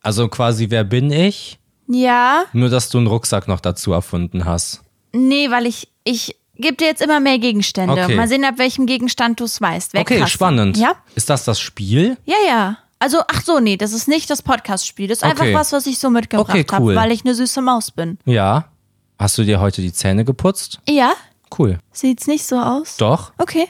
Speaker 2: Also quasi, wer bin ich?
Speaker 1: ja,
Speaker 2: Nur, dass du einen Rucksack noch dazu erfunden hast.
Speaker 1: nee, weil ich, ich gebe dir jetzt immer mehr Gegenstände.
Speaker 2: Okay.
Speaker 1: Mal sehen, ab welchem Gegenstand du es weißt. Wer
Speaker 2: Okay,
Speaker 1: krass.
Speaker 2: spannend.
Speaker 1: Ja,
Speaker 2: Ist das das Spiel?
Speaker 1: ja, ja. Also, ach so, nee, das ist nicht das Podcast-Spiel. Das ist
Speaker 2: Okay.
Speaker 1: einfach was, was ich so mitgebracht
Speaker 2: Okay,
Speaker 1: habe,
Speaker 2: cool.
Speaker 1: weil ich eine süße Maus bin.
Speaker 2: Ja. Hast du dir heute die Zähne geputzt?
Speaker 1: Ja,
Speaker 2: Cool.
Speaker 1: sieht's nicht so aus?
Speaker 2: Doch.
Speaker 1: Okay.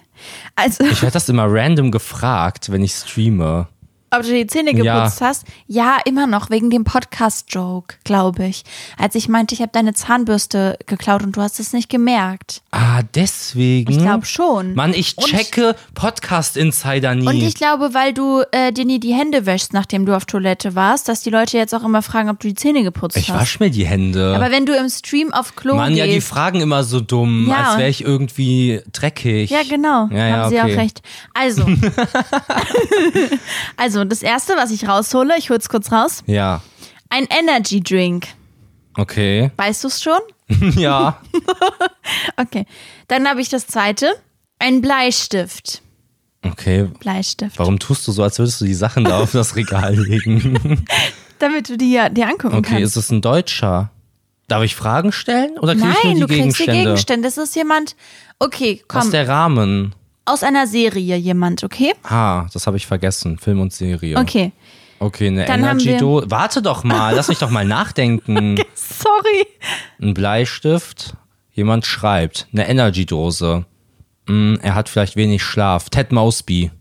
Speaker 1: Also,
Speaker 2: Ich werde das immer random gefragt, wenn ich streame.
Speaker 1: ob du die Zähne
Speaker 2: Ja.
Speaker 1: geputzt hast? Ja, immer noch, wegen dem Podcast-Joke, glaube ich. Als ich meinte, ich habe deine Zahnbürste geklaut und du hast es nicht gemerkt.
Speaker 2: Ah, deswegen.
Speaker 1: Ich glaub schon.
Speaker 2: Hm? Mann, ich
Speaker 1: Und-
Speaker 2: checke Podcast Insider nie.
Speaker 1: Und ich glaube, weil du äh, dir nie die Hände wäschst, nachdem du auf Toilette warst, dass die Leute jetzt auch immer fragen, ob du die Zähne geputzt
Speaker 2: ich
Speaker 1: hast.
Speaker 2: wasche mir die Hände.
Speaker 1: Aber wenn du im Stream auf Klo
Speaker 2: Mann, ja,
Speaker 1: gehst,
Speaker 2: die fragen immer so dumm,
Speaker 1: Ja,
Speaker 2: als wäre
Speaker 1: und-
Speaker 2: ich irgendwie dreckig.
Speaker 1: Ja, genau.
Speaker 2: Ja, ja,
Speaker 1: Haben Sie
Speaker 2: okay.
Speaker 1: auch recht. Also. also, das erste, was ich raushole, ich hol's kurz raus.
Speaker 2: Ja,
Speaker 1: Ein Energy Drink.
Speaker 2: okay.
Speaker 1: Weißt du's schon?
Speaker 2: ja.
Speaker 1: Okay. Dann habe ich das zweite. Ein Bleistift.
Speaker 2: Okay,
Speaker 1: Bleistift.
Speaker 2: warum tust du so, als würdest du die Sachen da auf das Regal legen?
Speaker 1: Damit du die ja dir angucken
Speaker 2: Okay,
Speaker 1: kannst.
Speaker 2: ist es ein Deutscher? Darf ich Fragen stellen oder kriege ich nur
Speaker 1: Nein,
Speaker 2: die
Speaker 1: du kriegst die
Speaker 2: Gegenstände?
Speaker 1: Gegenstände. Das ist jemand. Okay,
Speaker 2: Was
Speaker 1: komm.
Speaker 2: ist der Rahmen?
Speaker 1: Aus einer Serie jemand, okay?
Speaker 2: Ah, das habe ich vergessen. Film und Serie.
Speaker 1: Okay.
Speaker 2: Okay, eine
Speaker 1: Dann haben wir-
Speaker 2: Energy Dose. Warte doch mal, lass mich doch mal nachdenken.
Speaker 1: Sorry.
Speaker 2: Ein Bleistift, jemand schreibt. Eine Energy Dose. Hm, er hat vielleicht wenig Schlaf. Ted Mosby.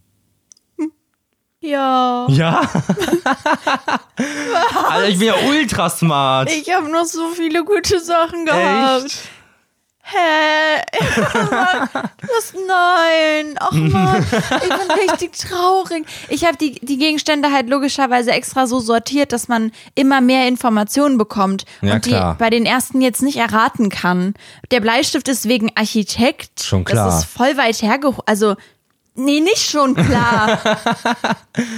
Speaker 1: Ja.
Speaker 2: Ja. Alter, ich bin ja ultra smart.
Speaker 1: Ich habe noch so viele gute Sachen gehabt.
Speaker 2: Echt?
Speaker 1: Hä? Was? Nein. Ach Mann, ich bin richtig traurig. Ich habe die, die Gegenstände halt logischerweise extra so sortiert, dass man immer mehr Informationen bekommt
Speaker 2: Ja,
Speaker 1: und die
Speaker 2: klar.
Speaker 1: bei den ersten jetzt nicht erraten kann. Der Bleistift ist wegen Architekt.
Speaker 2: Schon klar.
Speaker 1: Das ist voll weit hergeholt. Also, nee, nicht schon klar.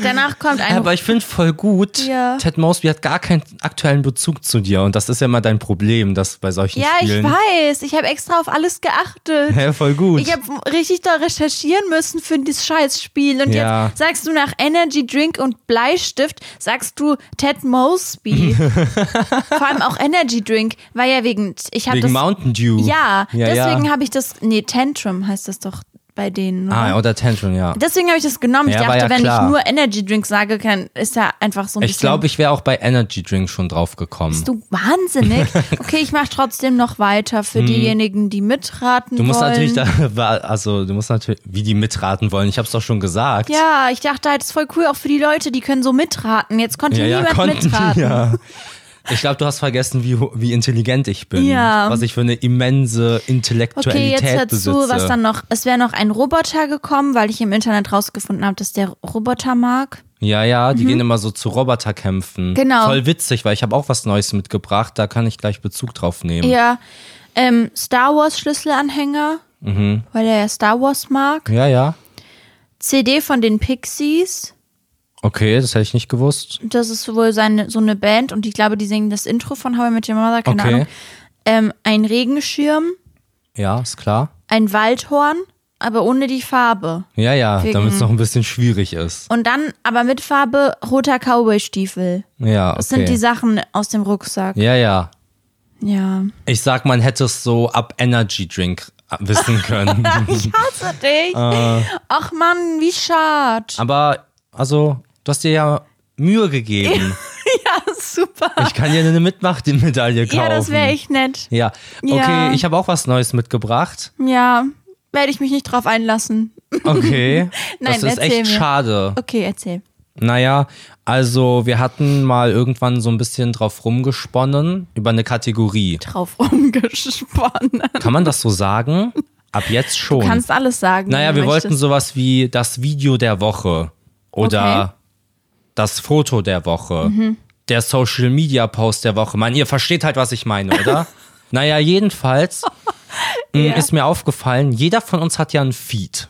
Speaker 1: Danach kommt ein
Speaker 2: Aber ich finde voll gut,
Speaker 1: Ja.
Speaker 2: Ted Mosby hat gar keinen aktuellen Bezug zu dir. Und das ist ja immer dein Problem, dass bei solchen
Speaker 1: Ja, ich
Speaker 2: Spielen.
Speaker 1: weiß. Ich habe extra auf alles geachtet.
Speaker 2: Hä, voll gut.
Speaker 1: Ich habe richtig da recherchieren müssen für dieses Scheißspiel. Und
Speaker 2: Ja.
Speaker 1: jetzt sagst du nach Energy Drink und Bleistift, sagst du Ted Mosby. Vor allem auch Energy Drink, war ja wegen. Ich habe
Speaker 2: Wegen
Speaker 1: das.
Speaker 2: Mountain Dew.
Speaker 1: ja,
Speaker 2: ja
Speaker 1: deswegen
Speaker 2: ja.
Speaker 1: habe ich das. Nee, Tantrum heißt das doch bei denen. Oder?
Speaker 2: Ah, oder Tantrum, ja.
Speaker 1: Deswegen habe ich das genommen. ich
Speaker 2: Ja, war
Speaker 1: dachte,
Speaker 2: ja
Speaker 1: wenn
Speaker 2: klar.
Speaker 1: ich nur Energy Drink sage, kann, ist ja einfach so ein
Speaker 2: Ich
Speaker 1: bisschen.
Speaker 2: glaube, ich wäre auch bei Energy Drink schon drauf gekommen.
Speaker 1: Bist du wahnsinnig? Okay, ich mache trotzdem noch weiter für diejenigen, die mitraten
Speaker 2: Hm. Du musst
Speaker 1: wollen.
Speaker 2: natürlich da, wa- also du musst natürlich, wie die mitraten wollen. Ich habe es doch schon gesagt.
Speaker 1: Ja, ich dachte halt, es ist voll cool, auch für die Leute, die können so mitraten. Jetzt konnte
Speaker 2: ja, ja,
Speaker 1: niemand
Speaker 2: konnten.
Speaker 1: mitraten.
Speaker 2: Ja. Ich glaube, du hast vergessen, wie, ho- wie intelligent ich bin.
Speaker 1: Ja.
Speaker 2: Was ich für eine immense
Speaker 1: Okay,
Speaker 2: Intellektualität
Speaker 1: jetzt dazu,
Speaker 2: besitze.
Speaker 1: was dann noch. Es wäre noch ein Roboter gekommen, weil ich im Internet rausgefunden habe, dass der Roboter mag.
Speaker 2: Ja, ja, die gehen immer so zu Roboterkämpfen.
Speaker 1: Mhm. Genau.
Speaker 2: Voll witzig, weil ich habe auch was Neues mitgebracht, da kann ich gleich Bezug drauf nehmen.
Speaker 1: Ja. Ähm, Star Wars Schlüsselanhänger,
Speaker 2: Mhm.
Speaker 1: weil er ja Star Wars mag.
Speaker 2: Ja, ja.
Speaker 1: CD von den Pixies.
Speaker 2: Okay, das hätte ich nicht gewusst.
Speaker 1: Das ist wohl seine, so eine Band und ich glaube, die singen das Intro von How I Met Your Mother, keine
Speaker 2: Okay.
Speaker 1: Ahnung. Ähm, ein Regenschirm,
Speaker 2: Ja, ist klar.
Speaker 1: ein Waldhorn, aber ohne die Farbe.
Speaker 2: Ja, ja,
Speaker 1: Wegen-
Speaker 2: damit es noch ein bisschen schwierig ist.
Speaker 1: Und dann aber mit Farbe roter Cowboy-Stiefel.
Speaker 2: Ja, okay.
Speaker 1: Das sind die Sachen aus dem Rucksack.
Speaker 2: ja, ja.
Speaker 1: Ja.
Speaker 2: Ich sag, man hätte es so ab Energy Drink wissen können.
Speaker 1: Ich hasse dich.
Speaker 2: Ah.
Speaker 1: Ach Mann, wie schad.
Speaker 2: Aber, also, du hast dir ja Mühe gegeben.
Speaker 1: Ja, super.
Speaker 2: Ich kann dir eine Mitmach-Medaille kaufen.
Speaker 1: Ja, das wäre echt nett.
Speaker 2: Ja, okay,
Speaker 1: Ja.
Speaker 2: ich habe auch was Neues mitgebracht.
Speaker 1: Ja, werde ich mich nicht drauf einlassen.
Speaker 2: Okay.
Speaker 1: Nein,
Speaker 2: das ist
Speaker 1: erzähl
Speaker 2: echt
Speaker 1: mir.
Speaker 2: schade.
Speaker 1: Okay, erzähl.
Speaker 2: Naja, also wir hatten mal irgendwann so ein bisschen drauf rumgesponnen über eine Kategorie.
Speaker 1: Drauf rumgesponnen.
Speaker 2: Kann man das so sagen? Ab jetzt schon.
Speaker 1: Du kannst alles sagen.
Speaker 2: naja,
Speaker 1: wenn
Speaker 2: wir
Speaker 1: du
Speaker 2: wollten
Speaker 1: möchtest.
Speaker 2: sowas wie das Video der Woche oder
Speaker 1: Okay. Mhm.
Speaker 2: das Foto der Woche, der Social Media Post der Woche. Mann, ihr versteht halt, was ich meine, oder? naja, jedenfalls mh,
Speaker 1: Ja.
Speaker 2: ist mir aufgefallen, jeder von uns hat ja einen Feed.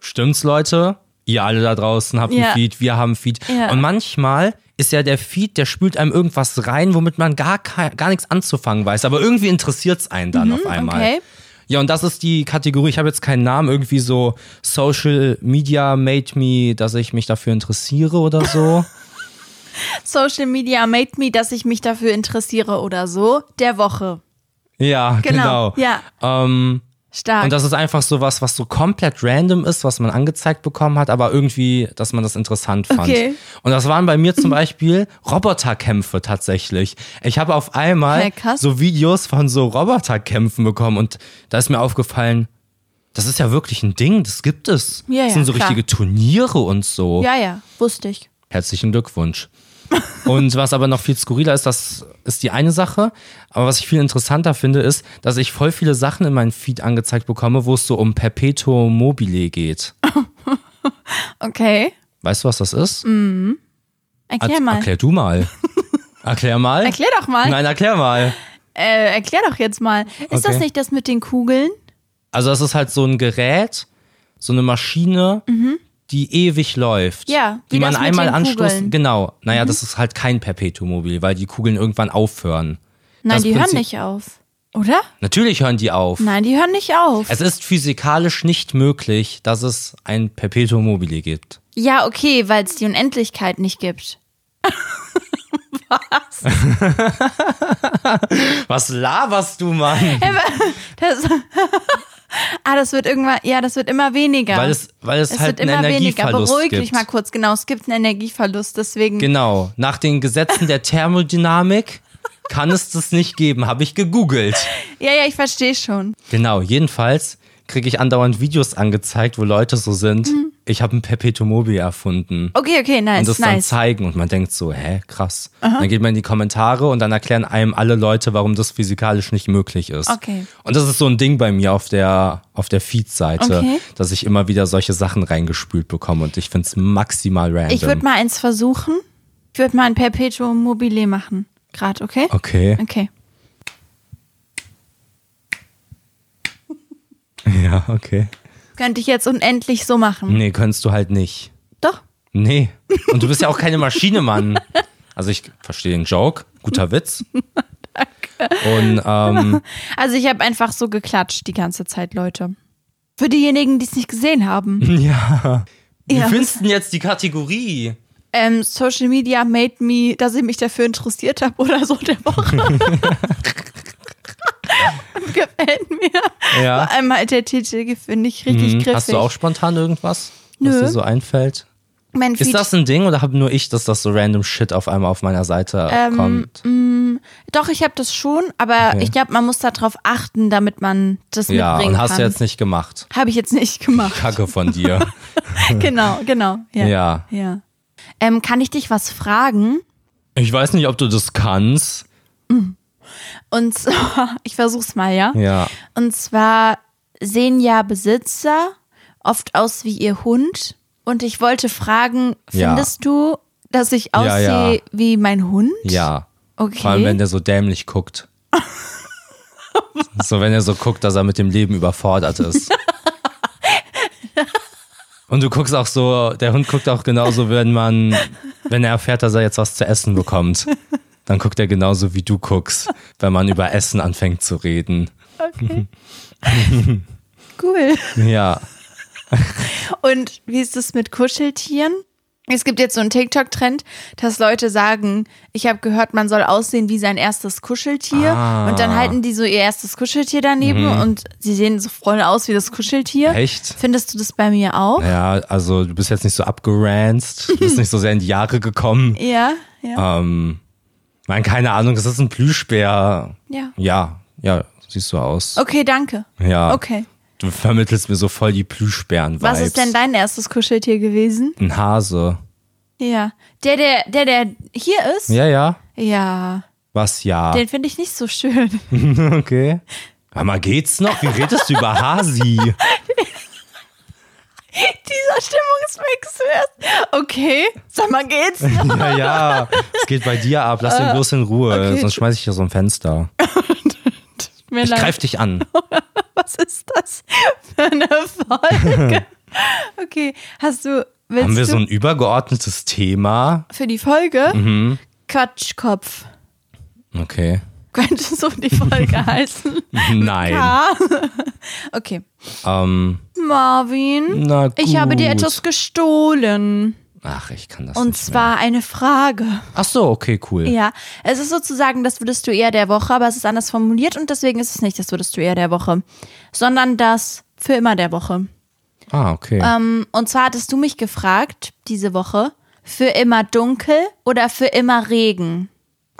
Speaker 2: Stimmt's, Leute? Ihr alle da draußen habt
Speaker 1: Ja.
Speaker 2: einen Feed, wir haben einen Feed.
Speaker 1: Ja.
Speaker 2: Und manchmal ist ja der Feed, der spült einem irgendwas rein, womit man gar, kei- gar nichts anzufangen weiß. Aber irgendwie interessiert's einen
Speaker 1: Mhm,
Speaker 2: dann auf einmal.
Speaker 1: okay.
Speaker 2: Ja, und das ist die Kategorie, ich habe jetzt keinen Namen, irgendwie so Social Media made me, dass ich mich dafür interessiere oder so.
Speaker 1: Social Media made me, dass ich mich dafür interessiere oder so. Der Woche.
Speaker 2: ja, genau.
Speaker 1: Ja,
Speaker 2: Ähm,
Speaker 1: stark.
Speaker 2: und das ist einfach so was, was so komplett random ist, was man angezeigt bekommen hat, aber irgendwie, dass man das interessant fand.
Speaker 1: Okay.
Speaker 2: Und das waren bei mir zum Beispiel Roboterkämpfe tatsächlich. Ich habe auf einmal
Speaker 1: Hey, krass.
Speaker 2: so Videos von so Roboterkämpfen bekommen und da ist mir aufgefallen, das ist ja wirklich ein Ding, das gibt es.
Speaker 1: Ja,
Speaker 2: das
Speaker 1: ja,
Speaker 2: sind so
Speaker 1: klar.
Speaker 2: richtige Turniere und so.
Speaker 1: ja, ja, wusste ich.
Speaker 2: Herzlichen Glückwunsch. Und was aber noch viel skurriler ist, das ist die eine Sache. Aber was ich viel interessanter finde, ist, dass ich voll viele Sachen in meinem Feed angezeigt bekomme, wo es so um Perpetuum mobile geht.
Speaker 1: Okay.
Speaker 2: Weißt du, was das ist?
Speaker 1: Erklär
Speaker 2: Erz-
Speaker 1: Mm, mal.
Speaker 2: Erklär du mal. Erklär mal.
Speaker 1: Erklär doch mal.
Speaker 2: Nein, erklär mal.
Speaker 1: Äh, erklär doch jetzt mal. Ist das
Speaker 2: Okay.
Speaker 1: nicht das mit den Kugeln?
Speaker 2: Also das ist halt so ein Gerät, so eine Maschine, die ewig läuft.
Speaker 1: Mhm. Ja, wie
Speaker 2: die man
Speaker 1: das mit
Speaker 2: einmal
Speaker 1: den Kugeln. Mhm.
Speaker 2: anstoßen. Genau. Naja, das ist halt kein Perpetuum mobile, weil die Kugeln irgendwann aufhören.
Speaker 1: Nein,
Speaker 2: Das
Speaker 1: die hören
Speaker 2: Prinzip-
Speaker 1: nicht auf. Oder?
Speaker 2: Natürlich hören die auf.
Speaker 1: Nein, die hören nicht auf.
Speaker 2: Es ist physikalisch nicht möglich, dass es ein Perpetuum mobile gibt.
Speaker 1: ja, okay, weil es die Unendlichkeit nicht gibt.
Speaker 2: Was laberst du, Mann?
Speaker 1: Das ah, das wird irgendwann, ja, das wird immer weniger.
Speaker 2: Weil es, weil es,
Speaker 1: es
Speaker 2: halt
Speaker 1: wird immer
Speaker 2: einen
Speaker 1: weniger.
Speaker 2: Energieverlust
Speaker 1: Beruhig
Speaker 2: gibt.
Speaker 1: dich mal kurz. Genau, es gibt einen Energieverlust, deswegen.
Speaker 2: Genau. Nach den Gesetzen der Thermodynamik kann es das nicht geben, habe ich gegoogelt.
Speaker 1: ja, ja, ich verstehe schon.
Speaker 2: Genau, jedenfalls kriege ich andauernd Videos angezeigt, wo Leute so sind,
Speaker 1: Mhm.
Speaker 2: ich habe ein Perpetuum mobile erfunden.
Speaker 1: Okay, okay, nice,
Speaker 2: und das dann
Speaker 1: nice.
Speaker 2: zeigen und man denkt so, hä, krass. Dann geht man in die Kommentare und dann erklären einem alle Leute, warum das physikalisch nicht möglich ist.
Speaker 1: Okay.
Speaker 2: Und das ist so ein Ding bei mir auf der, auf der Feed-Seite,
Speaker 1: Okay.
Speaker 2: dass ich immer wieder solche Sachen reingespült bekomme und ich finde es maximal random.
Speaker 1: Ich würde mal eins versuchen. Ich würde mal ein Perpetuum mobile machen. Gerade, okay?
Speaker 2: okay,
Speaker 1: Okay.
Speaker 2: ja, okay.
Speaker 1: Könnte ich jetzt unendlich so machen.
Speaker 2: Nee, kannst du halt nicht.
Speaker 1: Doch.
Speaker 2: Nee. Und du bist ja auch keine Maschine, Mann. Also ich verstehe den Joke. Guter Witz. Und ähm,
Speaker 1: Also ich habe einfach so geklatscht die ganze Zeit, Leute. Für diejenigen, die es nicht gesehen haben.
Speaker 2: ja. Wie
Speaker 1: Ja.
Speaker 2: findest du denn jetzt die Kategorie?
Speaker 1: ähm, Social Media made me, dass ich mich dafür interessiert habe oder so der Woche. Gefällt mir.
Speaker 2: Ja.
Speaker 1: Vor allem halt der Titel finde ich richtig griffig.
Speaker 2: Mhm. Hast du auch spontan irgendwas,
Speaker 1: Nö.
Speaker 2: was dir so einfällt?
Speaker 1: mein
Speaker 2: Ist
Speaker 1: Feed,
Speaker 2: das ein Ding oder habe nur ich, dass das so random Shit auf einmal auf meiner Seite
Speaker 1: Ähm,
Speaker 2: kommt?
Speaker 1: Doch, ich habe das schon, aber
Speaker 2: Okay.
Speaker 1: ich glaube, man muss darauf achten, damit man das
Speaker 2: Ja,
Speaker 1: mitbringen
Speaker 2: und hast
Speaker 1: kann.
Speaker 2: du jetzt nicht gemacht.
Speaker 1: habe ich jetzt nicht gemacht.
Speaker 2: Kacke von dir.
Speaker 1: genau, genau. Ja.
Speaker 2: ja.
Speaker 1: ja. Ähm, kann ich dich was fragen?
Speaker 2: Ich weiß nicht, ob du das kannst.
Speaker 1: Und zwar, ich versuch's mal, ja?
Speaker 2: Ja.
Speaker 1: Und zwar sehen ja Besitzer oft aus wie ihr Hund. Und ich wollte fragen,
Speaker 2: Ja.
Speaker 1: findest du, dass ich
Speaker 2: Ja,
Speaker 1: aussehe
Speaker 2: ja.
Speaker 1: wie mein Hund?
Speaker 2: Ja.
Speaker 1: Okay.
Speaker 2: Vor allem, wenn der so dämlich guckt. so, wenn er so guckt, dass er mit dem Leben überfordert ist. Und du guckst auch so, der Hund guckt auch genauso, wenn man, wenn er erfährt, dass er jetzt was zu essen bekommt. Dann guckt er genauso, wie du guckst, wenn man über Essen anfängt zu reden.
Speaker 1: cool.
Speaker 2: Ja.
Speaker 1: Und wie ist es mit Kuscheltieren? Es gibt jetzt so einen TikTok-Trend, dass Leute sagen, ich habe gehört, man soll aussehen wie sein erstes Kuscheltier.
Speaker 2: Ah. Mhm.
Speaker 1: Und dann halten die so ihr erstes Kuscheltier daneben und sie sehen so voll aus wie das Kuscheltier.
Speaker 2: Echt?
Speaker 1: Findest du das bei mir auch?
Speaker 2: Ja, also du bist jetzt nicht so abgeranzt, du bist nicht so sehr in die Jahre gekommen.
Speaker 1: Ja, ja.
Speaker 2: Ähm, nein, keine Ahnung, das ist ein Plüschbär.
Speaker 1: Ja.
Speaker 2: Ja, ja, siehst so aus.
Speaker 1: Okay, danke.
Speaker 2: Ja.
Speaker 1: Okay.
Speaker 2: Du vermittelst mir so voll die Plüschbären-Vibes.
Speaker 1: Was ist denn dein erstes Kuscheltier gewesen?
Speaker 2: Ein Hase.
Speaker 1: Ja. Der, der, der, der hier ist?
Speaker 2: Ja, ja.
Speaker 1: Ja.
Speaker 2: Was ja?
Speaker 1: Den finde ich nicht so schön.
Speaker 2: Okay. Hör mal, geht's noch? Wie redest du über Hasi?
Speaker 1: Dieser Stimmungsmix wär's. Okay. Sag mal, geht's?
Speaker 2: Ja, ja. Es geht bei dir ab. Lass den bloß in Ruhe.
Speaker 1: Äh, okay.
Speaker 2: Sonst schmeiß ich hier so ein Fenster.
Speaker 1: Mir
Speaker 2: Ich
Speaker 1: leid.
Speaker 2: greif dich an.
Speaker 1: Was ist das für eine Folge? Okay, hast du, willst
Speaker 2: Haben wir
Speaker 1: du
Speaker 2: so ein übergeordnetes Thema?
Speaker 1: für die Folge
Speaker 2: Mhm.
Speaker 1: Quatschkopf?
Speaker 2: Okay.
Speaker 1: Könnte so die Folge heißen.
Speaker 2: Nein.
Speaker 1: Ah. Okay.
Speaker 2: Ähm,
Speaker 1: Marvin,
Speaker 2: na gut.
Speaker 1: ich habe dir etwas gestohlen.
Speaker 2: Ach, ich kann das
Speaker 1: Und
Speaker 2: nicht
Speaker 1: zwar eine Frage.
Speaker 2: Mehr. Ach so, okay, cool.
Speaker 1: Ja, es ist sozusagen das würdest du eher der Woche, aber es ist anders formuliert und deswegen ist es nicht das würdest du eher der Woche, sondern das für immer der Woche.
Speaker 2: Ah, okay.
Speaker 1: Ähm, und zwar hattest du mich gefragt diese Woche, für immer dunkel oder für immer Regen?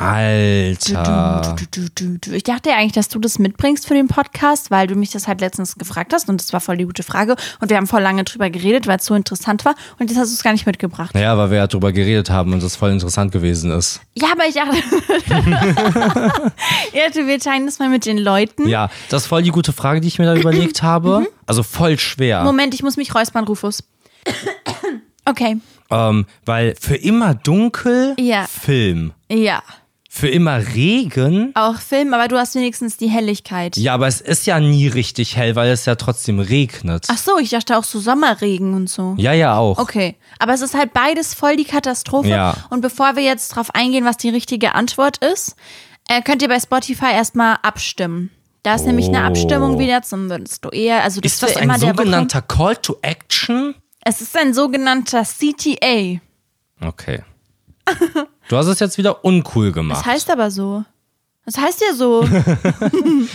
Speaker 2: Alter.
Speaker 1: Du, du, du, Ich dachte ja eigentlich, dass du das mitbringst für den Podcast, weil du mich das halt letztens gefragt hast und das war voll die gute Frage und wir haben voll lange drüber geredet, weil es so interessant war und jetzt hast du es gar nicht mitgebracht.
Speaker 2: Naja, weil wir ja drüber geredet haben und das voll interessant gewesen ist.
Speaker 1: Ja, aber ich dachte, ich dachte, wir teilen das mal mit den Leuten.
Speaker 2: Ja, das ist voll die gute Frage, die ich mir da überlegt
Speaker 1: Mhm.
Speaker 2: habe. Also voll schwer.
Speaker 1: Moment, ich muss mich räuspern, Rufus. okay,
Speaker 2: Ähm, weil für immer dunkel,
Speaker 1: Ja.
Speaker 2: Film.
Speaker 1: ja.
Speaker 2: Für immer Regen.
Speaker 1: Auch Film, aber du hast wenigstens die Helligkeit.
Speaker 2: Ja, aber es ist ja nie richtig hell, weil es ja trotzdem regnet.
Speaker 1: Ach so, ich dachte auch so Sommerregen und so.
Speaker 2: Ja, ja, auch.
Speaker 1: Okay, aber es ist halt beides voll die Katastrophe.
Speaker 2: Ja.
Speaker 1: Und bevor wir jetzt drauf eingehen, was die richtige Antwort ist, äh, könnt ihr bei Spotify erstmal abstimmen. Da ist nämlich eine
Speaker 2: Oh.
Speaker 1: Abstimmung wieder zum würdest du eher, also das
Speaker 2: Ist das
Speaker 1: für
Speaker 2: ein
Speaker 1: immer der Woche.
Speaker 2: sogenannter Call to Action?
Speaker 1: Es ist ein sogenannter CTA.
Speaker 2: Okay. Du hast es jetzt wieder uncool
Speaker 1: Das
Speaker 2: gemacht.
Speaker 1: heißt aber so. Das heißt ja so.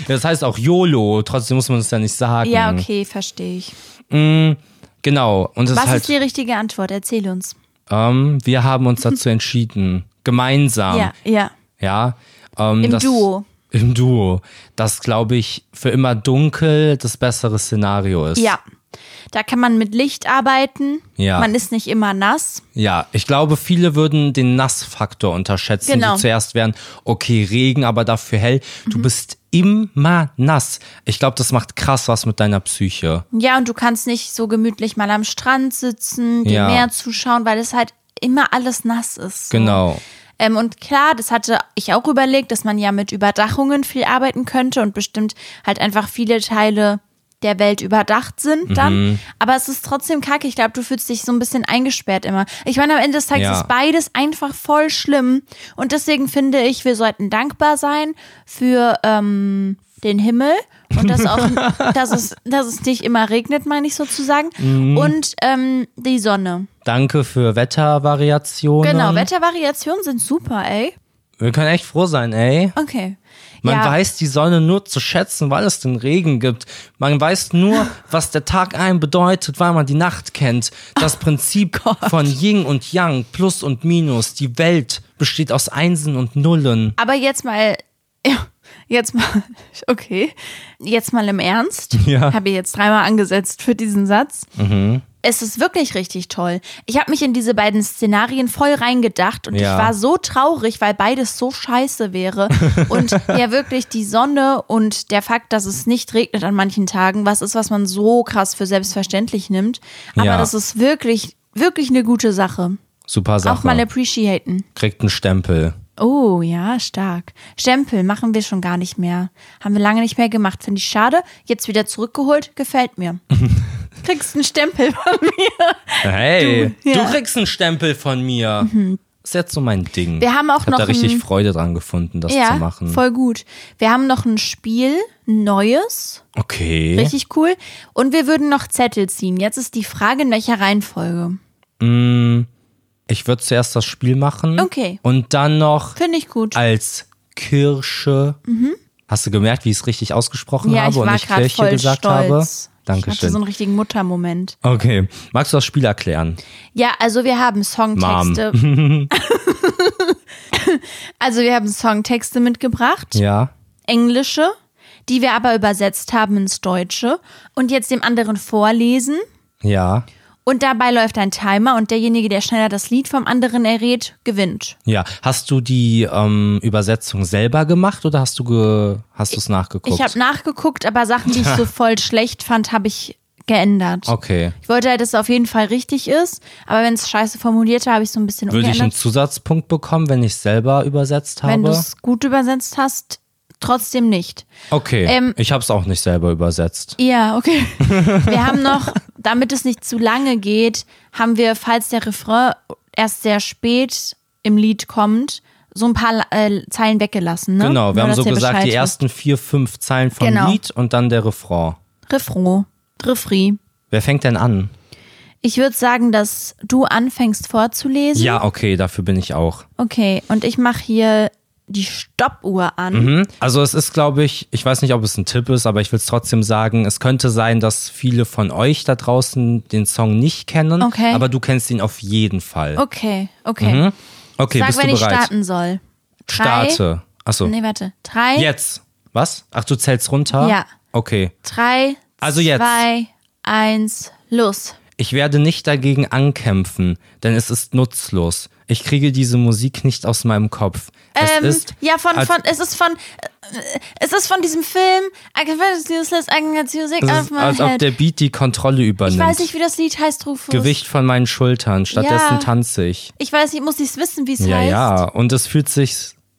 Speaker 2: Das heißt auch YOLO, trotzdem muss man es ja nicht sagen.
Speaker 1: ja, okay, verstehe ich.
Speaker 2: Genau. Und es
Speaker 1: Was
Speaker 2: ist halt,
Speaker 1: ist die richtige Antwort? Erzähl uns.
Speaker 2: ähm, wir haben uns dazu entschieden. Gemeinsam.
Speaker 1: Ja, ja.
Speaker 2: Ja. Ähm,
Speaker 1: Im
Speaker 2: das,
Speaker 1: Duo.
Speaker 2: Im Duo. Das, glaube ich, für immer dunkel das bessere Szenario ist.
Speaker 1: Ja. Da kann man mit Licht arbeiten.
Speaker 2: Ja.
Speaker 1: Man ist nicht immer nass.
Speaker 2: Ja, ich glaube, viele würden den Nassfaktor unterschätzen,
Speaker 1: Genau. Mhm.
Speaker 2: die zuerst wären, okay, Regen, aber dafür hell. Du bist immer nass. Ich glaube, das macht krass was mit deiner Psyche.
Speaker 1: Ja, und du kannst nicht so gemütlich mal am Strand sitzen, dem
Speaker 2: Ja.
Speaker 1: Meer zuschauen, weil es halt immer alles nass ist. So.
Speaker 2: Genau.
Speaker 1: Ähm, und klar, das hatte ich auch überlegt, dass man ja mit Überdachungen viel arbeiten könnte und bestimmt halt einfach viele Teile der Welt überdacht sind dann. Aber es ist trotzdem kacke. Ich glaube, du fühlst dich so ein bisschen eingesperrt immer. Ich meine, am Ende des Tages
Speaker 2: Ja.
Speaker 1: ist beides einfach voll schlimm. Und deswegen finde ich, wir sollten dankbar sein für ähm, den Himmel und dass, auch, dass, es, dass es nicht immer regnet, meine ich sozusagen. Und ähm, die Sonne.
Speaker 2: Danke für Wettervariationen.
Speaker 1: Genau, Wettervariationen sind super, ey.
Speaker 2: Wir können echt froh sein, ey.
Speaker 1: Okay.
Speaker 2: Man
Speaker 1: ja,
Speaker 2: weiß die Sonne nur zu schätzen, weil es den Regen gibt. Man weiß nur, was der Tag einem bedeutet, weil man die Nacht kennt.
Speaker 1: Oh
Speaker 2: Das Prinzip von Yin und Yang, Plus und Minus, die Welt besteht aus Einsen und Nullen.
Speaker 1: aber jetzt mal, ja, jetzt mal, okay, jetzt mal im Ernst.
Speaker 2: Ja. Mhm.
Speaker 1: Habe ich jetzt dreimal angesetzt für diesen Satz. Es ist wirklich richtig toll. Ich habe mich in diese beiden Szenarien voll reingedacht und
Speaker 2: Ja.
Speaker 1: ich war so traurig, weil beides so scheiße wäre. Und ja, wirklich die Sonne und der Fakt, dass es nicht regnet an manchen Tagen, was ist, was man so krass für selbstverständlich nimmt. Aber
Speaker 2: Ja.
Speaker 1: das ist wirklich, wirklich eine gute Sache.
Speaker 2: Super Sache.
Speaker 1: Auch mal appreciaten.
Speaker 2: Kriegt einen Stempel.
Speaker 1: Oh ja, stark. Stempel machen wir schon gar nicht mehr. Haben wir lange nicht mehr gemacht. Finde ich schade. Jetzt wieder zurückgeholt. Gefällt mir. Kriegst einen Stempel.
Speaker 2: Hey, du,
Speaker 1: Du, ja. Mhm.
Speaker 2: kriegst einen Stempel von mir. Ist jetzt so mein Ding.
Speaker 1: Wir haben auch
Speaker 2: ich hab
Speaker 1: noch
Speaker 2: da richtig
Speaker 1: ein-
Speaker 2: Freude dran gefunden, das zu
Speaker 1: ja,
Speaker 2: machen.
Speaker 1: voll gut. Wir haben noch ein Spiel, ein neues.
Speaker 2: Okay.
Speaker 1: Richtig cool. Und wir würden noch Zettel ziehen. Jetzt ist die Frage, in welcher Reihenfolge.
Speaker 2: Ich würde zuerst das Spiel machen.
Speaker 1: Okay.
Speaker 2: Und dann noch
Speaker 1: Finde ich gut.
Speaker 2: als Kirsche. Hast du gemerkt, wie ich es richtig ausgesprochen
Speaker 1: Mhm. ja,
Speaker 2: habe
Speaker 1: ich
Speaker 2: und
Speaker 1: war
Speaker 2: nicht
Speaker 1: gerade
Speaker 2: Kirche
Speaker 1: voll
Speaker 2: gesagt
Speaker 1: stolz.
Speaker 2: habe?
Speaker 1: Ich hatte
Speaker 2: Dankeschön.
Speaker 1: so einen richtigen Muttermoment.
Speaker 2: okay, magst du das Spiel erklären?
Speaker 1: Ja, also wir haben Songtexte. also wir haben Songtexte mitgebracht.
Speaker 2: Ja.
Speaker 1: englische, die wir aber übersetzt haben ins Deutsche und jetzt dem anderen vorlesen.
Speaker 2: Ja.
Speaker 1: Und dabei läuft ein Timer und derjenige, der schneller das Lied vom anderen errät, gewinnt.
Speaker 2: Ja. Hast du die ähm, Übersetzung selber gemacht oder hast du ge hast du es nachgeguckt?
Speaker 1: Ich habe nachgeguckt, aber Sachen, die ich so voll schlecht fand, habe ich geändert.
Speaker 2: okay.
Speaker 1: Ich wollte halt, dass es auf jeden Fall richtig ist, aber wenn es scheiße formuliert war, habe ich so ein bisschen
Speaker 2: Würde ich einen
Speaker 1: umgeändert.
Speaker 2: Zusatzpunkt bekommen, wenn ich es selber übersetzt
Speaker 1: wenn du
Speaker 2: habe?
Speaker 1: es gut übersetzt hast, trotzdem nicht.
Speaker 2: Okay.
Speaker 1: ähm,
Speaker 2: ich habe es auch nicht selber übersetzt.
Speaker 1: Ja, okay. Wir haben noch, damit es nicht zu lange geht, haben wir, falls der Refrain erst sehr spät im Lied kommt, so ein paar äh, Zeilen weggelassen. Ne?
Speaker 2: Genau, wir
Speaker 1: Nur,
Speaker 2: haben
Speaker 1: dass
Speaker 2: so
Speaker 1: ihr
Speaker 2: gesagt,
Speaker 1: Bescheid
Speaker 2: die ersten vier, fünf Zeilen vom
Speaker 1: Genau.
Speaker 2: Lied und dann der Refrain.
Speaker 1: wisst. Refrain, Refri.
Speaker 2: Wer fängt denn an?
Speaker 1: Ich würde sagen, dass du anfängst vorzulesen.
Speaker 2: Ja, okay, dafür bin ich auch.
Speaker 1: Okay, und ich mache hier die Stoppuhr an.
Speaker 2: Mhm. Also es ist, glaube ich, ich weiß nicht, ob es ein Tipp ist, aber ich will es trotzdem sagen, es könnte sein, dass viele von euch da draußen den Song nicht kennen,
Speaker 1: Okay.
Speaker 2: aber du kennst ihn auf jeden Fall.
Speaker 1: Okay, okay.
Speaker 2: Okay,
Speaker 1: Sag,
Speaker 2: Mhm. bist
Speaker 1: wenn
Speaker 2: du
Speaker 1: ich
Speaker 2: bereit?
Speaker 1: starten soll. Drei,
Speaker 2: Starte. Achso.
Speaker 1: Nee, warte. Drei,
Speaker 2: Jetzt. Was? Ach, du zählst runter?
Speaker 1: Ja.
Speaker 2: Okay.
Speaker 1: drei,
Speaker 2: Also jetzt.
Speaker 1: zwei, eins, los.
Speaker 2: Ich werde nicht dagegen ankämpfen, denn es ist nutzlos. Ich kriege diese Musik nicht aus meinem Kopf. es
Speaker 1: Ähm,
Speaker 2: ist
Speaker 1: ja, von,
Speaker 2: als-
Speaker 1: von, es ist von, äh, es ist von diesem Film, I can feel the useless, I can get the music
Speaker 2: es
Speaker 1: out of
Speaker 2: ist,
Speaker 1: my
Speaker 2: als ob
Speaker 1: head.
Speaker 2: der Beat die Kontrolle
Speaker 1: Ich
Speaker 2: übernimmt.
Speaker 1: weiß nicht, wie das Lied heißt, Rufus.
Speaker 2: Gewicht von meinen Schultern. Stattdessen
Speaker 1: Ja.
Speaker 2: tanze ich.
Speaker 1: Ich weiß nicht, muss ich es wissen, wie es
Speaker 2: Ja,
Speaker 1: heißt?
Speaker 2: ja. Und es fühlt sich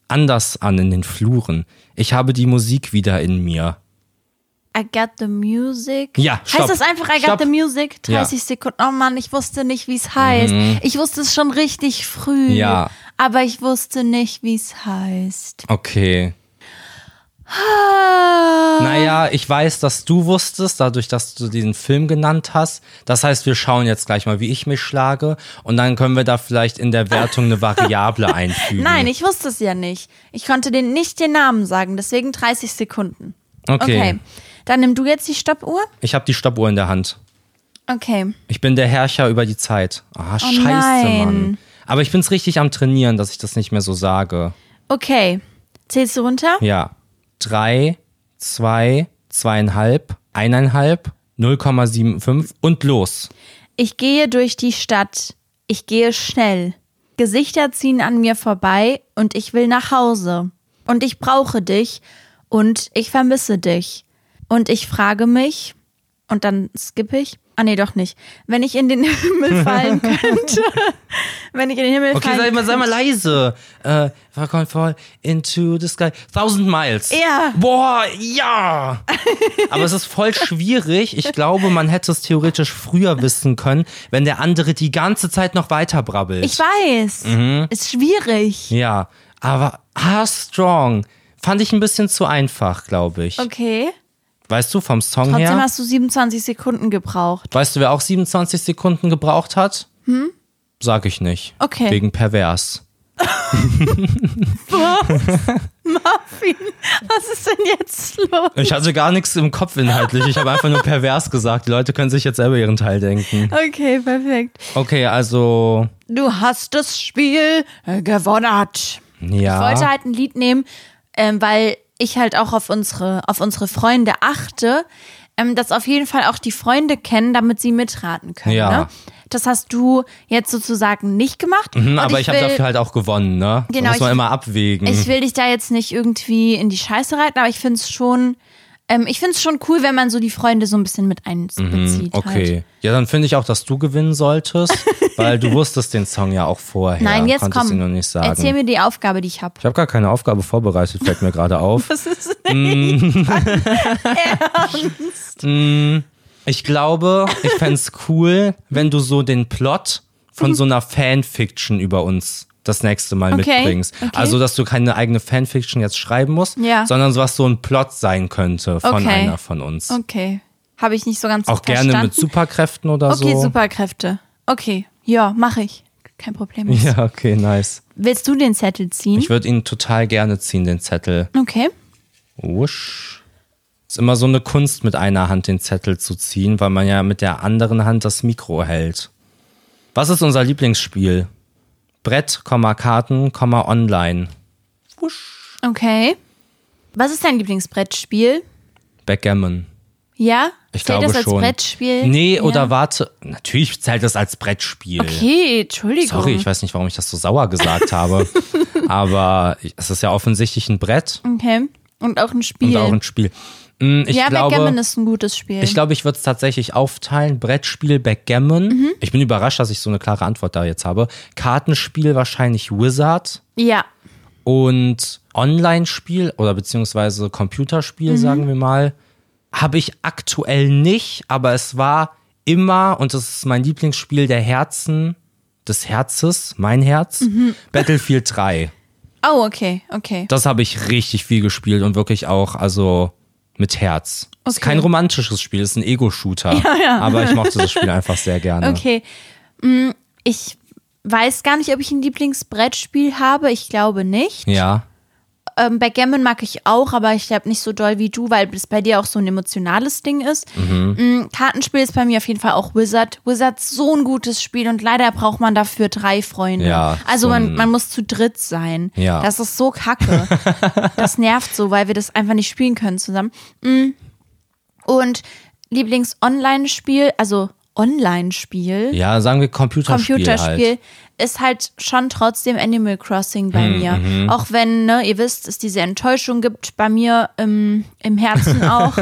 Speaker 2: anders an in den Fluren. Ich habe die Musik wieder in mir.
Speaker 1: I got the music.
Speaker 2: Ja, stopp.
Speaker 1: Heißt das einfach I got
Speaker 2: Stopp.
Speaker 1: the music? 30 Sekunden. Oh Mann, ich wusste nicht, wie es heißt. Ich wusste es schon richtig früh.
Speaker 2: Mhm. Ja.
Speaker 1: Aber ich wusste nicht, wie es heißt.
Speaker 2: Okay.
Speaker 1: Ah.
Speaker 2: Naja, ich weiß, dass du wusstest, dadurch, dass du diesen Film genannt hast. Das heißt, wir schauen jetzt gleich mal, wie ich mich schlage. Und dann können wir da vielleicht in der Wertung eine Variable einfügen.
Speaker 1: Nein, ich wusste es ja nicht. Ich konnte den nicht den Namen sagen, deswegen 30 Sekunden.
Speaker 2: Okay.
Speaker 1: Dann nimm du jetzt die Stoppuhr.
Speaker 2: Ich habe die Stoppuhr in der Hand.
Speaker 1: Okay.
Speaker 2: Ich bin der Herrscher über die Zeit. Ah, scheiße,
Speaker 1: Oh nein.
Speaker 2: Mann. Aber ich bin's richtig am Trainieren, dass ich das nicht mehr so sage.
Speaker 1: Okay. Zählst du runter?
Speaker 2: Ja. Drei, zwei, zweieinhalb, eineinhalb, 0,75 und los.
Speaker 1: Ich gehe durch die Stadt. Ich gehe schnell. Gesichter ziehen an mir vorbei und ich will nach Hause. Und ich brauche dich und ich vermisse dich. Und ich frage mich und dann skippe ich. Ah nee, doch nicht. Wenn ich in den Himmel fallen könnte. Wenn ich in den Himmel
Speaker 2: Okay,
Speaker 1: fallen
Speaker 2: sei mal, sei mal
Speaker 1: könnte.
Speaker 2: leise. Äh, fuck on fall into the sky. Thousand miles.
Speaker 1: Ja.
Speaker 2: Boah, ja. Aber es ist voll schwierig. Ich glaube, man hätte es theoretisch früher wissen können, wenn der andere die ganze Zeit noch weiter brabbelt.
Speaker 1: Ich weiß.
Speaker 2: Mhm.
Speaker 1: Ist schwierig.
Speaker 2: ja, aber ah, strong. Fand ich ein bisschen zu einfach, glaube ich.
Speaker 1: Okay.
Speaker 2: Weißt du, vom Song
Speaker 1: Trotzdem
Speaker 2: her?
Speaker 1: hast du 27 Sekunden gebraucht.
Speaker 2: Weißt du, wer auch 27 Sekunden gebraucht hat? Hm? Sag ich nicht.
Speaker 1: Okay.
Speaker 2: Wegen pervers.
Speaker 1: Was ist denn jetzt los?
Speaker 2: Ich hatte gar nichts im Kopf inhaltlich. Ich habe einfach nur pervers gesagt. Die Leute können sich jetzt selber ihren Teil denken.
Speaker 1: Okay, perfekt.
Speaker 2: Okay, also.
Speaker 1: Du hast das Spiel gewonnen. Ich
Speaker 2: Ja.
Speaker 1: wollte halt ein Lied nehmen, ähm, weil ich halt auch auf unsere, auf unsere Freunde achte, ähm, dass auf jeden Fall auch die Freunde kennen, damit sie mitraten können.
Speaker 2: Ja.
Speaker 1: Ne? Das hast du jetzt sozusagen nicht gemacht. Und
Speaker 2: aber ich, habe
Speaker 1: will-
Speaker 2: dafür Mhm. halt auch gewonnen, ne? Da
Speaker 1: Genau,
Speaker 2: muss man
Speaker 1: ich-
Speaker 2: immer abwägen.
Speaker 1: ich will dich da jetzt nicht irgendwie in die Scheiße reiten, aber ich finde es schon, ähm, ich find's schon cool, wenn man so die Freunde so ein bisschen mit einbezieht.
Speaker 2: Mhm, okay.
Speaker 1: Halt.
Speaker 2: Ja, dann finde ich auch, dass du gewinnen solltest, weil du wusstest den Song ja auch vorher.
Speaker 1: Nein, jetzt
Speaker 2: konntest
Speaker 1: komm.
Speaker 2: ihn noch nicht sagen.
Speaker 1: Erzähl mir die Aufgabe, die ich habe.
Speaker 2: ich habe gar keine Aufgabe vorbereitet, fällt mir gerade auf.
Speaker 1: Das ist
Speaker 2: Ich glaube, ich fänd's cool, wenn du so den Plot
Speaker 1: Mhm.
Speaker 2: von so einer Fanfiction über uns das nächste Mal
Speaker 1: Okay,
Speaker 2: mitbringst.
Speaker 1: okay.
Speaker 2: Also, dass du keine eigene Fanfiction jetzt schreiben musst,
Speaker 1: Ja.
Speaker 2: sondern so was so ein Plot sein könnte von
Speaker 1: Okay.
Speaker 2: einer von uns.
Speaker 1: okay. Habe ich nicht so ganz
Speaker 2: Auch gerne
Speaker 1: verstanden.
Speaker 2: mit Superkräften oder so.
Speaker 1: Okay, Superkräfte. Okay, ja, mache ich. Kein Problem.
Speaker 2: Ja, okay, nice.
Speaker 1: Willst du den Zettel ziehen?
Speaker 2: Ich würde ihn total gerne ziehen, den Zettel.
Speaker 1: okay.
Speaker 2: Wusch. Ist immer so eine Kunst, mit einer Hand den Zettel zu ziehen, weil man ja mit der anderen Hand das Mikro hält. Was ist unser Lieblingsspiel? Brett, Komma, Karten, Komma, Online.
Speaker 1: Okay. Was ist dein Lieblingsbrettspiel?
Speaker 2: Backgammon.
Speaker 1: Ja?
Speaker 2: Ich
Speaker 1: Zählt
Speaker 2: glaube
Speaker 1: das als
Speaker 2: schon.
Speaker 1: Brettspiel?
Speaker 2: Nee,
Speaker 1: ja.
Speaker 2: oder warte. Natürlich zählt das als Brettspiel.
Speaker 1: Okay, Entschuldigung.
Speaker 2: Sorry, ich weiß nicht, warum ich das so sauer gesagt habe. Aber es ist ja offensichtlich ein Brett
Speaker 1: Okay. Und auch ein Spiel.
Speaker 2: und auch ein Spiel. Mm, Ich
Speaker 1: ja,
Speaker 2: glaube,
Speaker 1: Backgammon ist ein gutes Spiel.
Speaker 2: Ich glaube, ich würde es tatsächlich aufteilen. Brettspiel, Backgammon. Ich bin überrascht, dass ich so eine klare Antwort da jetzt habe. Kartenspiel wahrscheinlich Wizard
Speaker 1: ja.
Speaker 2: und Online-Spiel oder beziehungsweise Computerspiel, sagen wir mal, habe ich aktuell nicht, aber es war immer, und das ist mein Lieblingsspiel der Herzen, des Herzes, mein Herz, Battlefield 3.
Speaker 1: Oh, okay, okay.
Speaker 2: Das habe ich richtig viel gespielt und wirklich auch, also mit Herz. Ist
Speaker 1: Okay.
Speaker 2: kein romantisches Spiel, ist ein Ego-Shooter. Aber ich mochte das Spiel einfach sehr gerne.
Speaker 1: Okay. Hm, Ich weiß gar nicht, ob ich ein Lieblingsbrettspiel habe. Ich glaube nicht.
Speaker 2: Ja.
Speaker 1: ähm, Backgammon mag ich auch, aber ich glaube nicht so doll wie du, weil es bei dir auch so ein emotionales Ding ist.
Speaker 2: Mhm.
Speaker 1: Mm, Kartenspiel ist bei mir auf jeden Fall auch Wizard. Wizard ist so ein gutes Spiel und leider braucht man dafür drei Freunde.
Speaker 2: Ja,
Speaker 1: also
Speaker 2: so
Speaker 1: man,
Speaker 2: ein-
Speaker 1: man muss zu dritt sein.
Speaker 2: Ja.
Speaker 1: Das ist so kacke. das nervt so, weil wir das einfach nicht spielen können zusammen. Mm. Und Lieblings-Online-Spiel, also Online-Spiel.
Speaker 2: Ja, sagen wir Computerspiel.
Speaker 1: Computerspiel
Speaker 2: Halt. Hm,
Speaker 1: ist halt schon trotzdem Animal Crossing bei
Speaker 2: mhm.
Speaker 1: mir. Auch wenn, ne, ihr wisst, es diese Enttäuschung gibt bei mir im, im Herzen auch.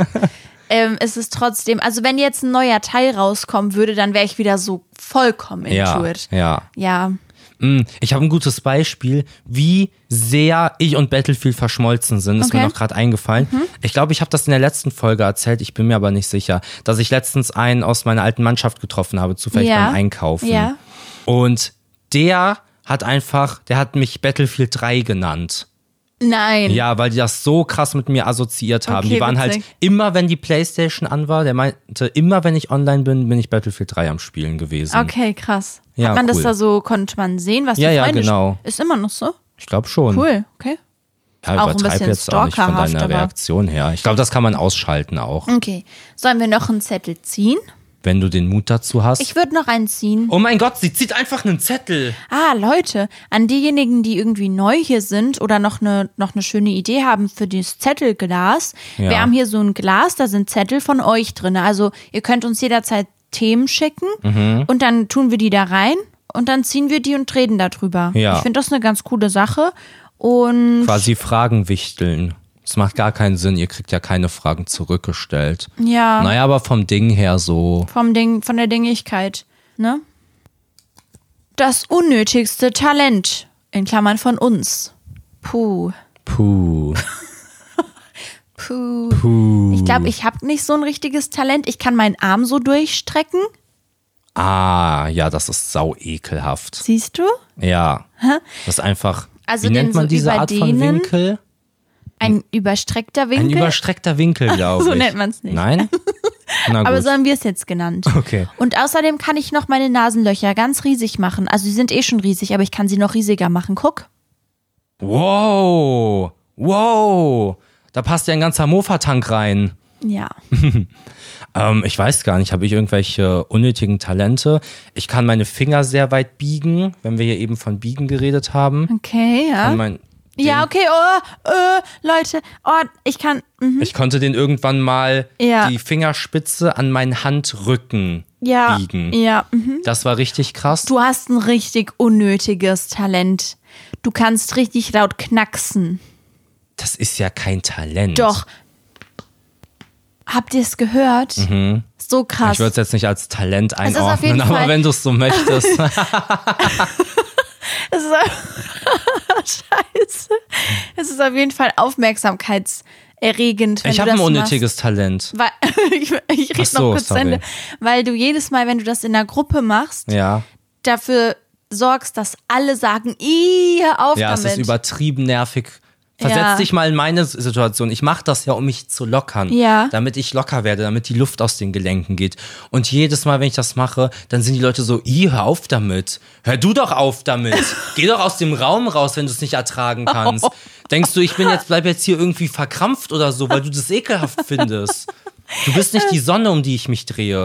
Speaker 1: ähm, ist es trotzdem, also wenn jetzt ein neuer Teil rauskommen würde, dann wäre ich wieder so vollkommen into
Speaker 2: Ja,
Speaker 1: it.
Speaker 2: ja.
Speaker 1: Ja.
Speaker 2: Mm, Ich habe ein gutes Beispiel, wie sehr ich und Battlefield verschmolzen sind. Ist mir
Speaker 1: Okay. Mhm.
Speaker 2: noch gerade eingefallen. Ich glaube, ich habe das in der letzten Folge erzählt. Ich bin mir aber nicht sicher, dass ich letztens einen aus meiner alten Mannschaft getroffen habe, zufällig
Speaker 1: Ja.
Speaker 2: beim Einkaufen.
Speaker 1: Ja.
Speaker 2: Und der hat einfach, der hat mich Battlefield 3 genannt.
Speaker 1: Nein.
Speaker 2: Ja, weil die das so krass mit mir assoziiert haben.
Speaker 1: Okay,
Speaker 2: die waren halt
Speaker 1: witzig.
Speaker 2: immer, wenn die Playstation an war, der meinte, immer wenn ich online bin, bin ich Battlefield 3 am Spielen gewesen.
Speaker 1: Okay, krass.
Speaker 2: Ja,
Speaker 1: Hat man das
Speaker 2: cool.
Speaker 1: da so, konnte man sehen, was
Speaker 2: Ja,
Speaker 1: die
Speaker 2: ja,
Speaker 1: Freunde
Speaker 2: genau. Hm.
Speaker 1: Ist immer noch so?
Speaker 2: Ich glaube schon.
Speaker 1: Cool, okay.
Speaker 2: Ja,
Speaker 1: Auch ein
Speaker 2: übertreib
Speaker 1: bisschen
Speaker 2: jetzt auch nicht von
Speaker 1: stalkerhaft,
Speaker 2: deiner
Speaker 1: aber-
Speaker 2: Reaktion her. Ich glaube, das kann man ausschalten auch,
Speaker 1: Okay. Sollen wir noch einen Zettel ziehen?
Speaker 2: wenn du den Mut dazu hast.
Speaker 1: Ich würde noch einen ziehen.
Speaker 2: oh mein Gott, sie zieht einfach einen Zettel.
Speaker 1: Ah, Leute, an diejenigen, die irgendwie neu hier sind oder noch eine noch eine schöne Idee haben für dieses Zettelglas.
Speaker 2: Ja.
Speaker 1: Wir haben hier so ein Glas, da sind Zettel von euch drin. Also ihr könnt uns jederzeit Themen schicken
Speaker 2: Mhm.
Speaker 1: und dann tun wir die da rein und dann ziehen wir die und reden darüber.
Speaker 2: Ja.
Speaker 1: Ich finde das eine ganz coole Sache. Und
Speaker 2: Quasi Fragen wichteln. Das macht gar keinen Sinn, ihr kriegt ja keine Fragen zurückgestellt.
Speaker 1: ja,
Speaker 2: Naja, aber vom Ding her so.
Speaker 1: vom Ding, von der Dingigkeit, ne? Das unnötigste Talent, in Klammern von uns. Puh.
Speaker 2: Puh.
Speaker 1: Puh.
Speaker 2: Puh.
Speaker 1: Ich glaube, ich habe nicht so ein richtiges Talent. Ich kann meinen Arm so durchstrecken.
Speaker 2: Ah, ja, das ist sau ekelhaft.
Speaker 1: Siehst du?
Speaker 2: Ja. Das ist einfach.
Speaker 1: Also
Speaker 2: wie
Speaker 1: den
Speaker 2: nennt man
Speaker 1: so
Speaker 2: diese Art von
Speaker 1: überdehnen?
Speaker 2: Winkel?
Speaker 1: Ein überstreckter
Speaker 2: Ein
Speaker 1: Winkel.
Speaker 2: überstreckter Winkel, glaube ich.
Speaker 1: So nennt man's nicht.
Speaker 2: Nein? Na gut.
Speaker 1: aber so haben wir es jetzt genannt.
Speaker 2: Okay.
Speaker 1: Und außerdem kann ich noch meine Nasenlöcher ganz riesig machen. Also sie sind eh schon riesig, aber ich kann sie noch riesiger machen. Guck.
Speaker 2: Wow, wow, da passt ja ein ganzer Mofa-Tank rein.
Speaker 1: Ja.
Speaker 2: Ähm, ich weiß gar nicht, habe ich irgendwelche unnötigen Talente? Ich kann meine Finger sehr weit biegen, wenn wir hier eben von Biegen geredet haben.
Speaker 1: Okay, ja.
Speaker 2: Mein,
Speaker 1: Ja, okay. Oh, äh, Leute. Oh, ich kann. mhm.
Speaker 2: ich konnte den irgendwann mal
Speaker 1: Ja.
Speaker 2: die Fingerspitze an meinen Handrücken
Speaker 1: Ja.
Speaker 2: biegen.
Speaker 1: Ja. mhm.
Speaker 2: Das war richtig krass.
Speaker 1: Du hast ein richtig unnötiges Talent. Du kannst richtig laut knacksen.
Speaker 2: Das ist ja kein Talent.
Speaker 1: Doch. Habt ihr es gehört? So krass.
Speaker 2: Mhm. Ich würde es jetzt nicht als Talent
Speaker 1: ist auf jeden
Speaker 2: einordnen, aber
Speaker 1: Fall-
Speaker 2: wenn du es so möchtest.
Speaker 1: Es ist, scheiße. Es ist auf jeden Fall aufmerksamkeitserregend. Wenn
Speaker 2: ich
Speaker 1: du
Speaker 2: habe
Speaker 1: das
Speaker 2: ein unnötiges Talent.
Speaker 1: Machst. Weil, ich ich rede
Speaker 2: so,
Speaker 1: noch kurz zu
Speaker 2: sorry.
Speaker 1: Ende. Weil du jedes Mal, wenn du das in der Gruppe machst,
Speaker 2: Ja.
Speaker 1: dafür sorgst, dass alle sagen, "Ih, hör auf
Speaker 2: Ja,
Speaker 1: damit.
Speaker 2: es ist übertrieben nervig. Versetz
Speaker 1: Ja.
Speaker 2: dich mal in meine S- Situation. Ich mache das ja, um mich zu lockern.
Speaker 1: Ja.
Speaker 2: Damit ich locker werde, damit die Luft aus den Gelenken geht. Und jedes Mal, wenn ich das mache, dann sind die Leute so, Ih, hör auf damit. Hör du doch auf damit. Geh doch aus dem Raum raus, wenn du es nicht ertragen
Speaker 1: Oh.
Speaker 2: kannst. Denkst du, ich bin jetzt, bleib jetzt hier irgendwie verkrampft oder so, weil du das ekelhaft findest. Du bist nicht die Sonne, um die ich mich drehe.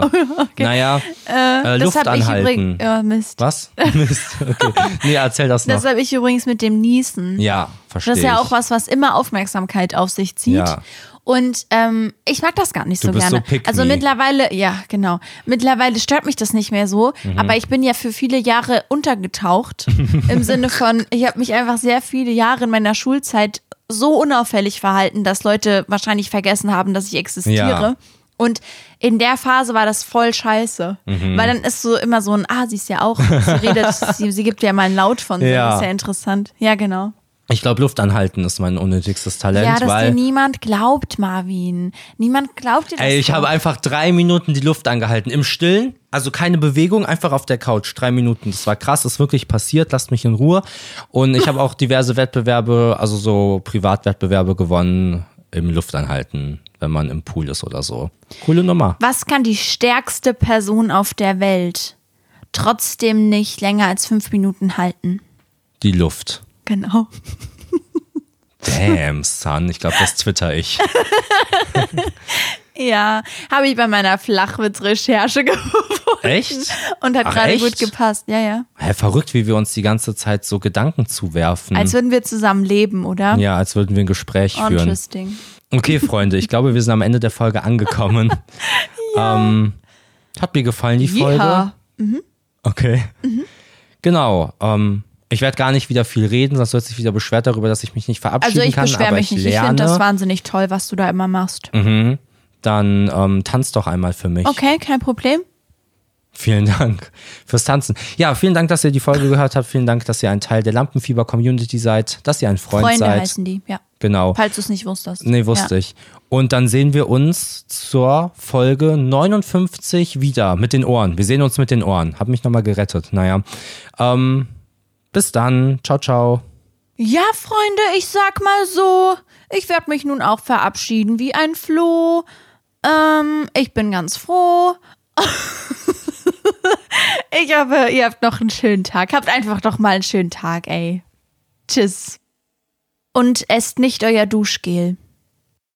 Speaker 2: Naja, äh,
Speaker 1: das
Speaker 2: Luft
Speaker 1: hab ich übrigens.
Speaker 2: anhalten.
Speaker 1: Ja, Mist.
Speaker 2: Was? Mist. Okay. Nee, erzähl das noch.
Speaker 1: Das habe ich übrigens mit dem Niesen.
Speaker 2: ja, verstehe
Speaker 1: Das ist ja
Speaker 2: ich.
Speaker 1: auch was, was immer Aufmerksamkeit auf sich zieht.
Speaker 2: Ja.
Speaker 1: Und ähm, ich mag das gar nicht
Speaker 2: Du
Speaker 1: so
Speaker 2: bist
Speaker 1: gerne.
Speaker 2: so pick me.
Speaker 1: also mittlerweile, ja, genau. Mittlerweile stört mich das nicht mehr so,
Speaker 2: Mhm.
Speaker 1: aber ich bin ja für viele Jahre untergetaucht. Im Sinne von, ich habe mich einfach sehr viele Jahre in meiner Schulzeit so unauffällig verhalten, dass Leute wahrscheinlich vergessen haben, dass ich existiere.
Speaker 2: Ja.
Speaker 1: Und in der Phase war das voll scheiße.
Speaker 2: Mhm.
Speaker 1: Weil dann ist so immer so ein, ah, sie ist ja auch, sie redet, sie, sie gibt ja mal einen Laut von sich,
Speaker 2: Ja.
Speaker 1: ist ja interessant. Ja, genau.
Speaker 2: Ich glaube, Luft anhalten ist mein unnötigstes Talent,
Speaker 1: Ja, dass dir
Speaker 2: weil
Speaker 1: niemand glaubt, Marvin. Niemand glaubt dir das.
Speaker 2: ey, ich
Speaker 1: doch.
Speaker 2: habe einfach drei Minuten die Luft angehalten. Im Stillen, also keine Bewegung, einfach auf der Couch. Drei Minuten. Das war krass, ist wirklich passiert. Lasst mich in Ruhe. Und ich habe auch diverse Wettbewerbe, also so Privatwettbewerbe gewonnen im Luftanhalten, wenn man im Pool ist oder so. Coole Nummer.
Speaker 1: Was kann die stärkste Person auf der Welt trotzdem nicht länger als fünf Minuten halten?
Speaker 2: Die Luft.
Speaker 1: Genau.
Speaker 2: Damn, Son, ich glaube, das twitter ich.
Speaker 1: Ja, habe ich bei meiner Flachwitz-Recherche gefunden.
Speaker 2: Echt?
Speaker 1: Und hat
Speaker 2: Ach,
Speaker 1: gerade
Speaker 2: echt? Hm.
Speaker 1: gut gepasst. Ja, ja.
Speaker 2: Hä, verrückt, wie wir uns die ganze Zeit so Gedanken zuwerfen.
Speaker 1: Als würden wir zusammen leben, oder?
Speaker 2: ja, als würden wir ein Gespräch führen.
Speaker 1: Interesting.
Speaker 2: Okay, Freunde, ich glaube, wir sind am Ende der Folge angekommen. ähm, hat mir gefallen, die Folge.
Speaker 1: Yeehaw.
Speaker 2: Okay.
Speaker 1: Mhm.
Speaker 2: Genau. Ähm, ich werde gar nicht wieder viel reden, sonst wird sich wieder beschwert darüber, dass ich mich nicht verabschieden
Speaker 1: Also ich
Speaker 2: kann.
Speaker 1: beschwere
Speaker 2: aber
Speaker 1: mich
Speaker 2: ich
Speaker 1: nicht. Ich
Speaker 2: lerne.
Speaker 1: finde das wahnsinnig toll, was du da immer machst.
Speaker 2: Dann ähm, tanz doch einmal für mich.
Speaker 1: Okay, kein Problem.
Speaker 2: Vielen Dank fürs Tanzen. Ja, vielen Dank, dass ihr die Folge gehört habt. Vielen Dank, dass ihr ein Teil der Lampenfieber-Community seid, dass ihr ein Freund
Speaker 1: Freunde
Speaker 2: seid.
Speaker 1: heißen die, ja.
Speaker 2: Genau.
Speaker 1: Falls du es nicht wusstest.
Speaker 2: Nee, wusste
Speaker 1: ja.
Speaker 2: ich. Und dann sehen wir uns zur Folge 59 wieder mit den Ohren. Wir sehen uns mit den Ohren. Hab mich nochmal gerettet. Naja. Ähm, bis dann. Ciao, ciao.
Speaker 1: Ja, Freunde, ich sag mal so, ich werde mich nun auch verabschieden wie ein Floh. Ähm, ich bin ganz froh. ich hoffe, ihr habt noch einen schönen Tag. Habt einfach doch mal einen schönen Tag, ey. Tschüss. Und esst nicht euer Duschgel.